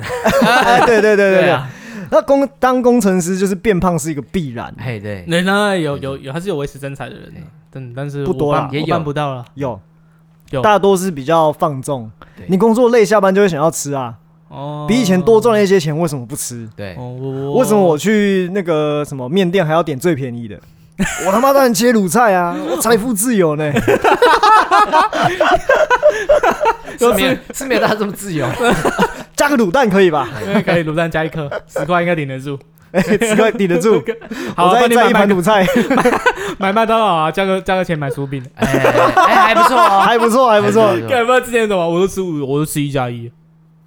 Speaker 1: 哎对对对对对
Speaker 2: 啊，，
Speaker 1: 那工当工程师就是变胖是一个必然，
Speaker 2: 嘿，对，
Speaker 3: 那那有有有，他是有维持身材的人啊，但但是
Speaker 1: 嗯哎不多
Speaker 3: 我
Speaker 1: 啦
Speaker 3: 办
Speaker 2: 也
Speaker 3: 我
Speaker 2: 有
Speaker 3: 办不到了。
Speaker 1: 有
Speaker 3: 有
Speaker 1: 大多是比较放纵
Speaker 2: 对，
Speaker 1: 你工作累下班就会想要吃啊，
Speaker 3: 哦，
Speaker 1: 比以前多赚了一些钱，为什么不吃？
Speaker 2: 对，
Speaker 3: 哦。我
Speaker 1: 为什么我去那个什么面店还要点最便宜的？ 我他妈当然切卤菜啊！我财富自由呢，
Speaker 2: 是没有是没有他这 么自由。
Speaker 1: 加个卤蛋可以 吧？
Speaker 3: 因为可以卤蛋加一颗，十块应该顶 得住。
Speaker 1: 哎，此刻顶得住。
Speaker 3: 好，
Speaker 1: 我再
Speaker 3: 帮你
Speaker 1: 再
Speaker 3: 买
Speaker 1: 一盘卤菜，
Speaker 3: 买麦当劳啊，加个加个钱买薯饼。
Speaker 2: 哎，哎还不错哦，
Speaker 1: 还不错，还不错
Speaker 2: 还。不错
Speaker 3: 干嘛之前什么？我都吃五，我都吃一加一。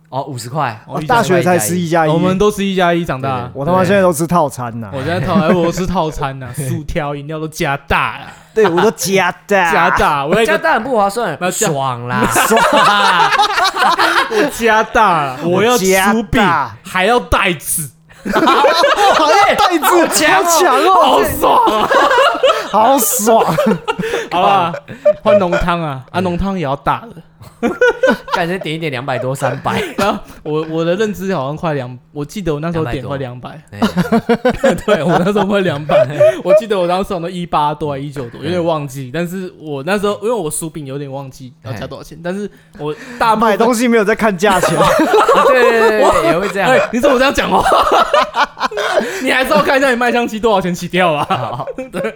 Speaker 2: 哦，五十块，
Speaker 1: 我大学才吃一加一，
Speaker 3: 我们都吃一加一长大。
Speaker 1: 我他妈现在都吃套餐呐
Speaker 3: 我！现在讨厌我吃套餐 呐，薯条、饮料都加大了，
Speaker 1: 对，我都 加的，
Speaker 3: 加大，我那
Speaker 2: 加
Speaker 3: 个
Speaker 2: 当然不划算
Speaker 3: 那，加
Speaker 2: 爽啦，
Speaker 1: 爽
Speaker 3: 我加 大了，我要
Speaker 1: 加
Speaker 3: 薯饼
Speaker 1: 大，
Speaker 3: 还要袋 子，
Speaker 1: 好像袋子，哎 好强
Speaker 3: 好
Speaker 1: 哦，
Speaker 3: 爽啊！
Speaker 1: 好爽！
Speaker 3: 好吧，换浓汤啊，啊，浓汤也要大的。
Speaker 2: 感觉点一点两百多三 百。
Speaker 3: 然后我我的认知好像快两，我记得我那时候
Speaker 2: 200
Speaker 3: 点
Speaker 2: 多
Speaker 3: 快两百，
Speaker 2: 哎
Speaker 3: 对我那时候快两百， 我记得我当时好像一八多还一九多，
Speaker 1: 嗯
Speaker 3: 有点忘记。但是我那时候因为我薯饼有点忘记要加多少钱，但是我大部分
Speaker 1: 买东西没有在看价 钱，
Speaker 2: 对对对对，也会这样
Speaker 3: 哎、。你怎么这样讲话？ 你还是要看一下你麦香鸡多少钱起跳啊？ 对，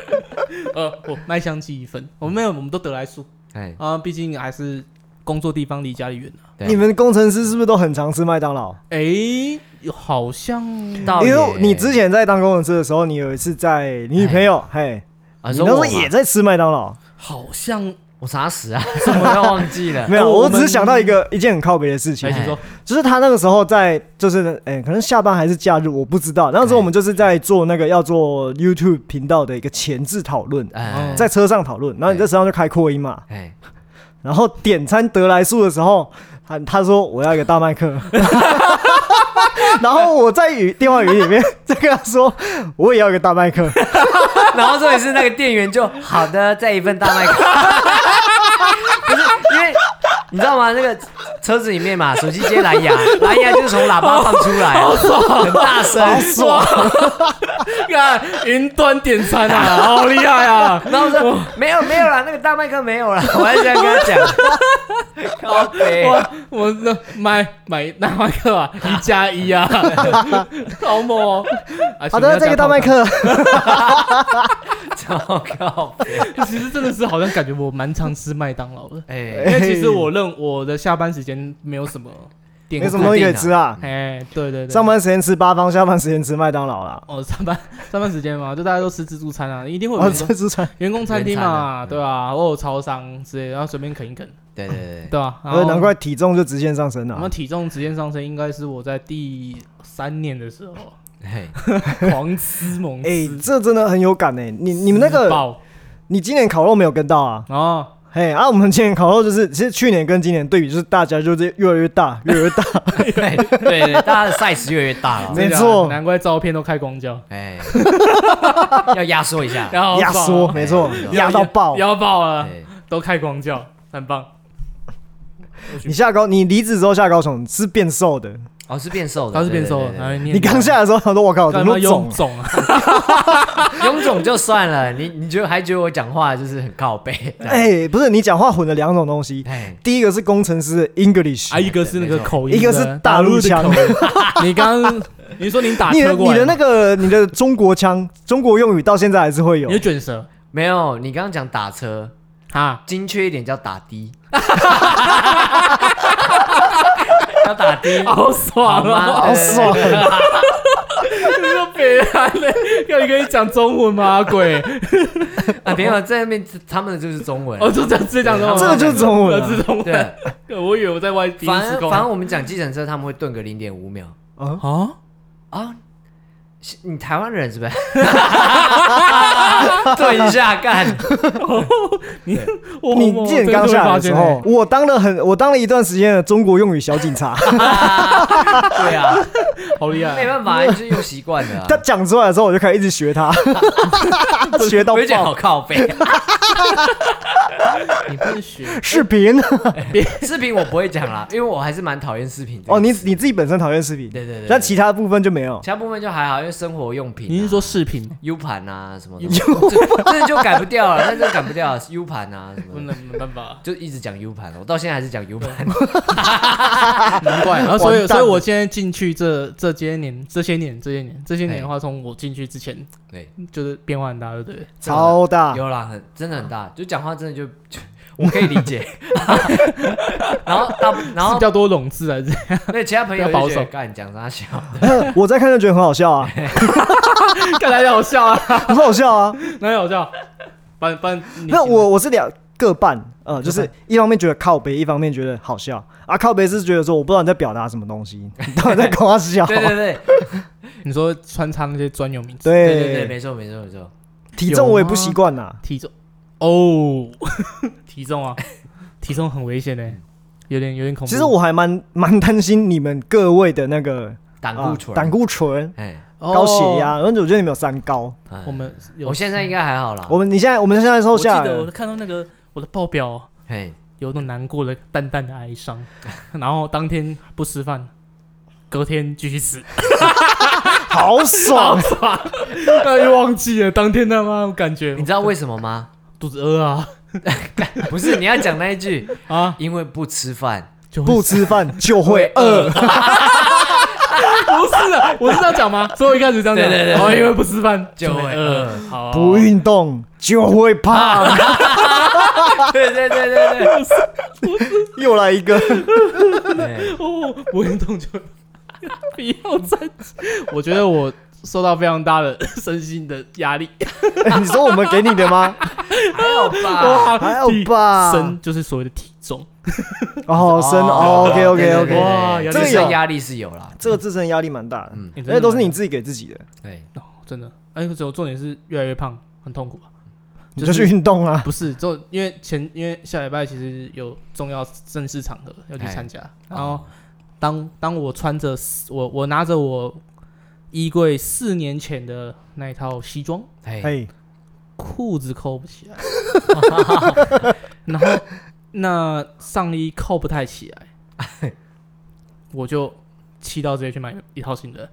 Speaker 3: 呃，我麦香鸡一份，我们没有，我们都得来速
Speaker 2: 哎，
Speaker 3: 啊，毕竟还是工作地方离家里远啊。
Speaker 2: 对
Speaker 1: 你们工程师是不是都很常吃麦当劳？
Speaker 3: 哎、好像
Speaker 2: 到
Speaker 1: 因为你之前在当工程师的时候，你有一次在你女朋友，嘿，
Speaker 2: 啊，
Speaker 1: 你
Speaker 2: 说
Speaker 1: 那时候
Speaker 2: 我
Speaker 1: 也
Speaker 2: 嘛
Speaker 1: 在吃麦当劳，
Speaker 3: 好像
Speaker 2: 我啥死啊，什么都忘记了。
Speaker 1: 没有，
Speaker 3: 呃
Speaker 1: 我
Speaker 3: 我们
Speaker 1: 只是想到一个一件很靠北的事情
Speaker 3: 哎，，请说
Speaker 1: 就是他那个时候在，就是哎，可能下班还是假日，我不知道。那时候我们就是在做那个要做 YouTube 频道的一个前置讨论，
Speaker 2: 哎，
Speaker 1: 在车上讨论，然后你在车上就开扩音嘛，
Speaker 2: 哎，
Speaker 1: 然后点餐得来速的时候，他他说我要一个大麦克， 然后我在语电话语音里面再跟他说我也要一个大麦克，
Speaker 2: 然后重点是那个店员就好的，再一份大麦克。 不是因为你知道吗？那个车子里面嘛，手机 接蓝牙，蓝牙就是从喇叭放出来，啊很大声， 啊
Speaker 1: 爽，
Speaker 3: 看云端点餐啊， 好厉害啊！
Speaker 2: 然后我说没有没有啦，那个大麦克没有啦，我还是这样 跟他讲。靠北
Speaker 3: 我我那买买大麦克啊，一加一 啊，好猛哦！啊
Speaker 1: 好的，这个大麦，克，
Speaker 2: 超靠北
Speaker 3: 请不要加套餐其实真的是好像感觉我蛮常吃麦当劳的。
Speaker 2: 哎，
Speaker 3: 因为其实我认我的下班时间没有什么点，
Speaker 1: 没什么东西可以吃啊。
Speaker 3: 哎，对对对，
Speaker 1: 上班时间吃八方，下班时间吃麦当劳啦。
Speaker 3: 哦，上班 上班时间嘛，就大家都吃自助餐啊，一定会有
Speaker 1: 啊，
Speaker 3: 员工
Speaker 1: 这是传，
Speaker 3: 员工餐厅
Speaker 2: 原
Speaker 3: 嘛，
Speaker 2: 餐啊
Speaker 3: 对吧？或有超商之类，然后随便啃一啃，
Speaker 2: 对对对，
Speaker 3: 对啊吧？然
Speaker 1: 呃，
Speaker 3: 后
Speaker 1: 难怪体重就直线上升
Speaker 3: 我
Speaker 1: 了啊
Speaker 3: 们。体重直线上升，应该是我在第三年的时 候
Speaker 2: 嘿
Speaker 3: 狂吃猛
Speaker 1: 哎
Speaker 3: 吃，，
Speaker 1: 这真的很有感哎。你你们那
Speaker 3: 吃
Speaker 1: 个，
Speaker 3: 爆
Speaker 1: 你今年烤肉没有跟到啊？
Speaker 3: 哦，
Speaker 1: 嘿，啊，我们今年烤肉就是，其实去年跟今年对比，就是大家就是越来越大，越来 越大。
Speaker 2: 对对对，大家的 size 越来越大 了。
Speaker 1: 没
Speaker 3: 真的啊
Speaker 1: 错
Speaker 3: 难怪照片都开光焦，
Speaker 2: 哎， 要压缩一 下。哎
Speaker 3: 然后
Speaker 1: 压缩，没错，压到爆。
Speaker 3: 压爆了，
Speaker 2: 对
Speaker 3: 都开光焦，很棒。
Speaker 1: 你下高，你离职之后下高雄是变瘦的。
Speaker 2: 哦，是变瘦的，
Speaker 3: 他是变瘦
Speaker 2: 对对
Speaker 3: 了，
Speaker 2: 对
Speaker 3: 哎
Speaker 2: 对
Speaker 3: 你也
Speaker 1: 你刚下的时候，他说：“我靠，怎
Speaker 3: 干
Speaker 1: 么那
Speaker 3: 嘛
Speaker 1: 么
Speaker 3: 有
Speaker 1: 肿
Speaker 3: 肿啊？
Speaker 2: 臃肿就算了，你你觉得还觉得我讲话就是很靠背？
Speaker 1: 啊？”哎，不是，你讲话混了两种东西，
Speaker 2: 哎，
Speaker 1: 第一个是工程师的 English，
Speaker 3: 啊，一个是那个口音，
Speaker 1: 一个是大陆腔
Speaker 3: 口音。 你刚刚你说你打
Speaker 1: 你的
Speaker 3: 车过
Speaker 1: 你
Speaker 3: 来
Speaker 1: 的那
Speaker 3: 吗，
Speaker 1: 个你的中国腔、中国用语到现在还是会有
Speaker 3: 你。的卷舌
Speaker 2: 没有，你刚刚讲打车，
Speaker 3: 啊，
Speaker 2: 精确一点叫打 的，要打的，
Speaker 3: 好
Speaker 2: 好
Speaker 3: 爽
Speaker 2: 吗？
Speaker 3: 啊！
Speaker 1: 好 爽
Speaker 2: 对对对
Speaker 3: 你说北韩嘞，要你跟你讲中文吗？鬼，
Speaker 2: 啊，没有，在那边他们的就是中文，
Speaker 3: 哦我就讲直接讲中文，
Speaker 1: 这个就是中文啊
Speaker 3: 这是中文。
Speaker 2: 对，
Speaker 3: 我以为我在外地
Speaker 2: 反
Speaker 3: 时
Speaker 2: 正
Speaker 3: 空
Speaker 2: 反正我们讲计程车，他们会顿个零点五秒
Speaker 1: 啊，
Speaker 3: 啊，
Speaker 2: 啊。是你台湾人 是不是？顿一下干，
Speaker 3: 我
Speaker 1: 你记得你刚下来的时
Speaker 2: 欸
Speaker 1: 候，，我当了很，我当了一段时间的中国用语小警 察。
Speaker 2: 对啊，
Speaker 3: 好厉
Speaker 2: 没
Speaker 3: 害，
Speaker 2: 办法，就是用习惯 了啊。
Speaker 1: 他讲出来的时候，我就开始一直学 他，学到
Speaker 2: 我就觉得好
Speaker 1: 爆。
Speaker 2: 靠背。
Speaker 3: 你不是学
Speaker 1: 视 频
Speaker 2: 视频我不会讲啦，因为我还是蛮讨厌视频的。
Speaker 1: 哦，你你自己本身讨厌视频，
Speaker 2: 对对对对
Speaker 1: 但其他部分就没有。
Speaker 2: 其他部分就还好，因为生活用品啊、
Speaker 3: 你是说视频？
Speaker 2: U 盘啊什 么的，这这就改不掉了，那就改不掉了 U 盘啊什
Speaker 3: 不
Speaker 2: 么的，
Speaker 3: 能没办法，
Speaker 2: 就一直讲 U 盘，我到现在还是讲 U 盘。
Speaker 3: 难怪。然后所以
Speaker 1: 完蛋
Speaker 3: 所
Speaker 1: 了
Speaker 3: 以我现在进去这这些年这些年这些年这些年的话，从我进去之前
Speaker 2: 对，
Speaker 3: 就是变化很大，对不对？
Speaker 1: 超
Speaker 3: 啊
Speaker 1: 大，
Speaker 2: 有啦，很真的很大，就讲话真的就就我可以理解。 然后大部然
Speaker 3: 是比
Speaker 2: 后
Speaker 3: 较多笼子还是？
Speaker 2: 那其他朋友
Speaker 3: 比较保
Speaker 2: 就觉得
Speaker 3: 守
Speaker 2: 干讲啥笑，
Speaker 1: 我在看就觉得很好笑 啊，
Speaker 3: 看来好笑啊，
Speaker 1: 很好笑啊。
Speaker 3: 哪里好笑？反反正你
Speaker 1: 那我我是两各半，呃，就
Speaker 3: 各
Speaker 1: 是一方面觉得靠背，一方面觉得好笑啊。靠背是觉得说我不知道你在表达什么东西，你到底在跟我笑？
Speaker 2: 对对对
Speaker 3: 你说穿插那些专有名词，
Speaker 2: 对对
Speaker 1: 哎
Speaker 2: 对，没错没错没错。
Speaker 1: 体重我也不习惯呐。
Speaker 3: 体重哦， 体重啊，体重很危险呢，有点有点恐怖。
Speaker 1: 其实我还蛮蛮担心你们各位的那个
Speaker 2: 胆
Speaker 1: 啊
Speaker 2: 固醇，
Speaker 1: 胆固醇、
Speaker 2: 哎，
Speaker 3: 哦
Speaker 1: 高血，压，而且我觉得你们有三高。
Speaker 2: 哎
Speaker 3: 我们有
Speaker 2: 我现在应该还好啦。
Speaker 1: 我们你现在我们现在瘦
Speaker 3: 我记
Speaker 1: 下来
Speaker 3: 得我
Speaker 1: 了，
Speaker 3: 看到那个我的报表
Speaker 2: 嘿，
Speaker 3: 有种难过的淡淡的哀伤， 然后当天不吃饭，隔天继续吃，
Speaker 1: 好爽！
Speaker 3: 那又忘记了当天他妈我感觉
Speaker 2: 你知道为什么 吗？
Speaker 3: 肚子饿啊
Speaker 2: 不是你要讲那一句，
Speaker 3: 啊
Speaker 2: 因为不吃饭。
Speaker 3: 就会
Speaker 1: 不吃饭就会饿，
Speaker 3: 不是啊，我是这样讲吗？所以我一开始这样讲，
Speaker 2: 对对对
Speaker 3: 哦，因为不吃饭
Speaker 2: 就会 饿
Speaker 3: 饿，好，
Speaker 1: 不运动就会胖。
Speaker 2: 对对对对
Speaker 1: 又来一个，
Speaker 2: 对对，
Speaker 3: 哦，不运动就 不要再，我觉得我受到非常大的身心的压力，
Speaker 1: 哎你说我们给你的吗？
Speaker 2: 还哎好吧。
Speaker 3: 哇，
Speaker 1: 还好
Speaker 3: 体
Speaker 1: 吧
Speaker 3: 身就是所谓的体重，
Speaker 1: 哦，生哦，OK
Speaker 2: 对
Speaker 1: OK
Speaker 2: 对
Speaker 1: OK，
Speaker 2: 对对
Speaker 3: 哇
Speaker 2: 对
Speaker 1: 这个
Speaker 2: 自身
Speaker 1: 有
Speaker 2: 压力是有啦。
Speaker 1: 这个自身压力蛮大的，
Speaker 2: 嗯，
Speaker 3: 欸
Speaker 1: 而且哎都是你自己给自己的，
Speaker 2: 对，
Speaker 3: 哦，真的，哎，只有重点是越来越胖，很痛苦啊。
Speaker 1: 你就去运动啊。
Speaker 3: 不是，就因为前因为下礼拜其实有重要正式场合要去参加，
Speaker 2: 哎
Speaker 3: 然后当当我穿着我我拿着我衣柜四年前的那一套西装，
Speaker 2: 哎，
Speaker 1: 嘿，
Speaker 3: 裤子扣不起来， 然后那上衣扣不太起来，我就气到直接去买一套新的。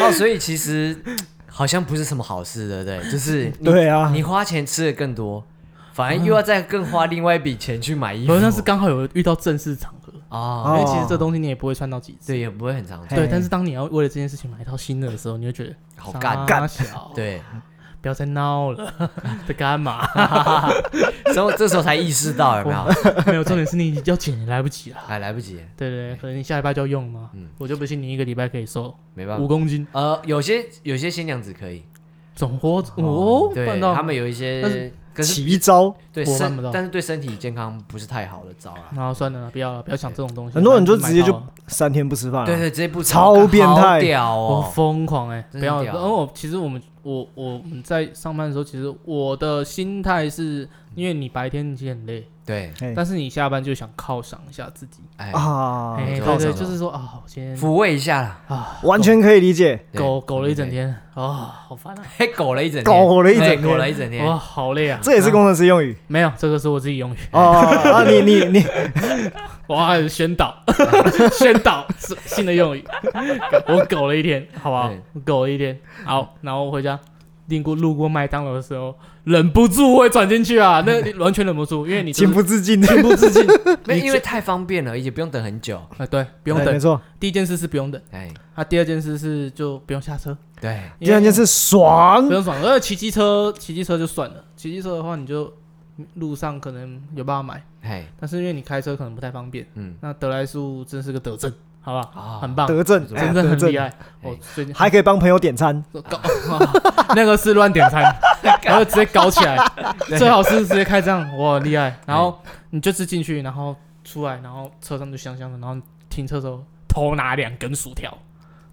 Speaker 2: 哦，所以其实好像不是什么好事，对不对？就是你
Speaker 1: 对啊，
Speaker 2: 你花钱吃的更多，反而又要再更花另外一笔钱去买衣
Speaker 3: 不
Speaker 2: 服。
Speaker 3: 过那是刚好有遇到正式场合，
Speaker 2: 哦，
Speaker 1: 哦
Speaker 3: 因为其实这东西你也不会穿到几次。
Speaker 2: 对，也不会很常见。
Speaker 3: 对，
Speaker 1: 嘿
Speaker 3: 但是当你要为了这件事情买一套新的的时候，你会觉得
Speaker 2: 好干
Speaker 3: 干小，，
Speaker 2: 对，
Speaker 3: 不要再 闹了，在干嘛？
Speaker 2: 之后这时候才意识到有没有？
Speaker 3: 没有，重点是你要减也来不及了。
Speaker 2: 哎，来不及，
Speaker 3: 对对，对可能你下礼拜就要用嘛，
Speaker 2: 嗯
Speaker 3: 我就不信你一个礼拜可以瘦
Speaker 2: 没办
Speaker 3: 五
Speaker 2: 法。
Speaker 3: 公斤，
Speaker 2: 呃，有些有些新娘子可以，
Speaker 3: 总活哦，
Speaker 2: 对
Speaker 3: 办到
Speaker 2: 他们有一
Speaker 3: 但
Speaker 2: 些
Speaker 3: 是，
Speaker 2: 可是
Speaker 1: 起一招，
Speaker 2: 对
Speaker 3: 我办不
Speaker 2: 身
Speaker 3: 到，
Speaker 2: 但是对身体健康不是太好的招 啦。
Speaker 3: 然后算了啦，不要了，不要想这种东西。
Speaker 1: 很多人就直接就
Speaker 3: 买到了
Speaker 1: 三天不吃饭啊，
Speaker 2: 对对，直接不吃
Speaker 1: 超
Speaker 2: 干
Speaker 1: 变态
Speaker 2: 好屌
Speaker 3: 我
Speaker 2: 哦！
Speaker 3: 疯狂哎、
Speaker 2: 真的
Speaker 3: 不要。
Speaker 2: 屌
Speaker 3: 然后我其实我们我我们在上班的时候，其实我的心态是因为你白天你其实很累，
Speaker 2: 对，
Speaker 1: 嘿
Speaker 3: 但是你下班就想犒赏一下自己。
Speaker 2: 哎，
Speaker 1: 啊，
Speaker 3: 哎，
Speaker 2: 没
Speaker 3: 对
Speaker 2: 错
Speaker 3: 对，
Speaker 2: 没错
Speaker 3: 就是说啊，我今天
Speaker 2: 抚慰一下啦。
Speaker 3: 啊，
Speaker 1: 完全可以理解，
Speaker 2: 对
Speaker 3: 狗狗了一整，天啊，好烦啊，
Speaker 2: 嘿，狗了一整天，
Speaker 1: 搞了一
Speaker 2: 哎
Speaker 1: 整
Speaker 2: 狗了
Speaker 1: 天，
Speaker 2: 一整
Speaker 3: 哇，
Speaker 2: 天，
Speaker 3: 好累啊。
Speaker 1: 这也是工程师用语
Speaker 3: 没有，这个是我自己用 语。
Speaker 1: 哦。啊，你你你，
Speaker 3: 哇，宣导， 宣导是新的用语。 我苟了一天，好不好
Speaker 2: 对？
Speaker 3: 我苟了一天，好，然后我回家，经过路过麦当劳的时候，忍不住会转进去 啊，那完全忍不住，因为你就
Speaker 1: 情
Speaker 3: 是
Speaker 1: 不自禁的，
Speaker 3: 情不自禁。
Speaker 2: 没有
Speaker 3: 你
Speaker 2: 因为太方便了，也不用等很久。
Speaker 3: 啊，对，不
Speaker 1: 不
Speaker 3: 用
Speaker 1: 哎没
Speaker 3: 等。
Speaker 1: 错。
Speaker 3: 第一件事是不用等，
Speaker 2: 哎，
Speaker 3: 啊，第二件事是就不用下车。
Speaker 2: 对，
Speaker 1: 第二件
Speaker 3: 因为
Speaker 1: 事爽
Speaker 3: 不，用爽，呃，骑机车，骑机车就算了，骑机车的话你就路上可能有办法买，
Speaker 2: 哎，
Speaker 3: 但是因为你开车可能不太方便。
Speaker 2: 嗯，
Speaker 3: 那德莱树真是个德政，好不好？
Speaker 2: 啊
Speaker 3: 很棒，
Speaker 1: 德政，哎
Speaker 3: 真的
Speaker 1: 德
Speaker 3: 很
Speaker 1: 政
Speaker 3: 厉，害。我最近
Speaker 1: 还可以帮朋友点餐，
Speaker 3: 搞、 那个是乱点餐，然后直接搞起来，最好是直接开这样，哇，厉害！然后你你就只进去，然后出来，然后车上就香香的，然后停车的时候偷拿两根薯条，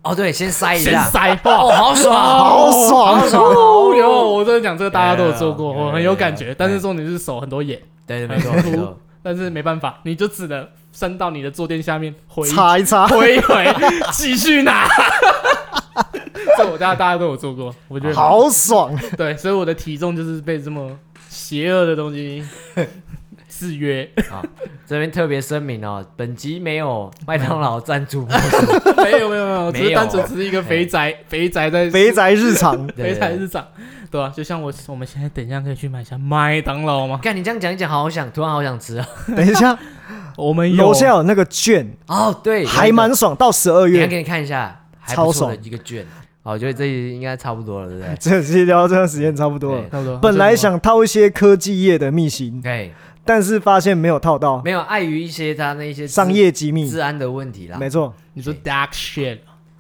Speaker 2: 哦，对，先塞一
Speaker 3: 先
Speaker 2: 下，
Speaker 3: 塞爆。
Speaker 2: 哦，好爽，
Speaker 1: 好爽
Speaker 2: 好爽
Speaker 3: 哦有，我真的讲这个大家都有做过，
Speaker 2: 有有有
Speaker 3: 我很有感
Speaker 2: 有
Speaker 3: 觉。
Speaker 2: 有
Speaker 3: 但是重点是手很多眼，
Speaker 2: 对，没错，没错，
Speaker 3: 但是没办法，你就只能伸到你的坐垫下面回
Speaker 1: 擦一 擦，
Speaker 3: 回一回，继续拿。这我大家大家都有做过，我觉得
Speaker 1: 好爽！
Speaker 3: 对，所以我的体重就是被这么邪恶的东西制 约，
Speaker 2: 这边特别声明哦，本集没有麦当劳赞助 播出，
Speaker 3: 没有没有没有，只
Speaker 2: 没
Speaker 3: 是
Speaker 2: 有
Speaker 3: 单纯只是一个肥宅，肥宅在
Speaker 1: 啊哎肥宅日 常，
Speaker 3: 肥宅
Speaker 2: 对
Speaker 3: 日常，对吧、就像我我们现在等一下可以去买一下麦当劳吗？
Speaker 2: 看你这样讲一讲，好想，突然好想吃啊！
Speaker 1: 等一下，
Speaker 3: 我们有
Speaker 1: 楼下有那个券，
Speaker 2: 哦，
Speaker 3: 哎
Speaker 2: 对，
Speaker 1: 还蛮爽，到十二
Speaker 2: 等一下
Speaker 1: 月。
Speaker 2: 给你看一下，还
Speaker 1: 超
Speaker 2: 不错
Speaker 1: 爽
Speaker 2: 的一个券。好，我觉得这应该差不多了，对不对？
Speaker 1: 这期聊到这段时间差不多了
Speaker 2: 对。
Speaker 3: 差不多。
Speaker 1: 本来想套一些科技业的秘辛，
Speaker 3: 哎
Speaker 2: 对，
Speaker 1: 但是发现没有套到
Speaker 2: 哦没有碍于一些他那一些
Speaker 1: 商业机密
Speaker 2: 治，安的问
Speaker 3: 啊
Speaker 2: 题啦。
Speaker 1: 没错，
Speaker 3: 你说 dark shit，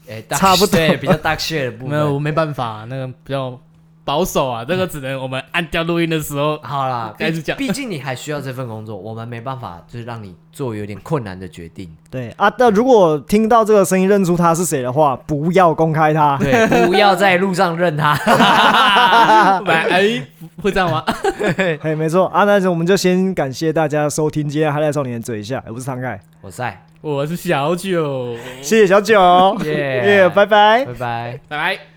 Speaker 2: 哎，大
Speaker 1: 差不多
Speaker 2: 对比较 dark share 的部分。
Speaker 3: 没有，我没办法、啊那个比较保守啊，这个只能我们按掉录音的时候
Speaker 2: 好 啦，
Speaker 3: 开始讲
Speaker 2: 毕毕竟你还需要这份工作，我们没办法，就是让你做有点困难的决定。
Speaker 1: 对啊。那如果听到这个声音认出他是谁的话，不要公开他。
Speaker 2: 对，不要在路上认他。
Speaker 1: 啊
Speaker 3: 买，哎，会这样吗？
Speaker 1: 嘿，没错啊。那我们就先感谢大家收听今天《嗨赖少年嘴一下》，我是唐凯，
Speaker 2: 我在，
Speaker 3: 我是小九，哎
Speaker 1: 谢谢小九，
Speaker 2: 耶
Speaker 1: 耶，拜拜
Speaker 2: 拜。拜。
Speaker 3: 拜拜。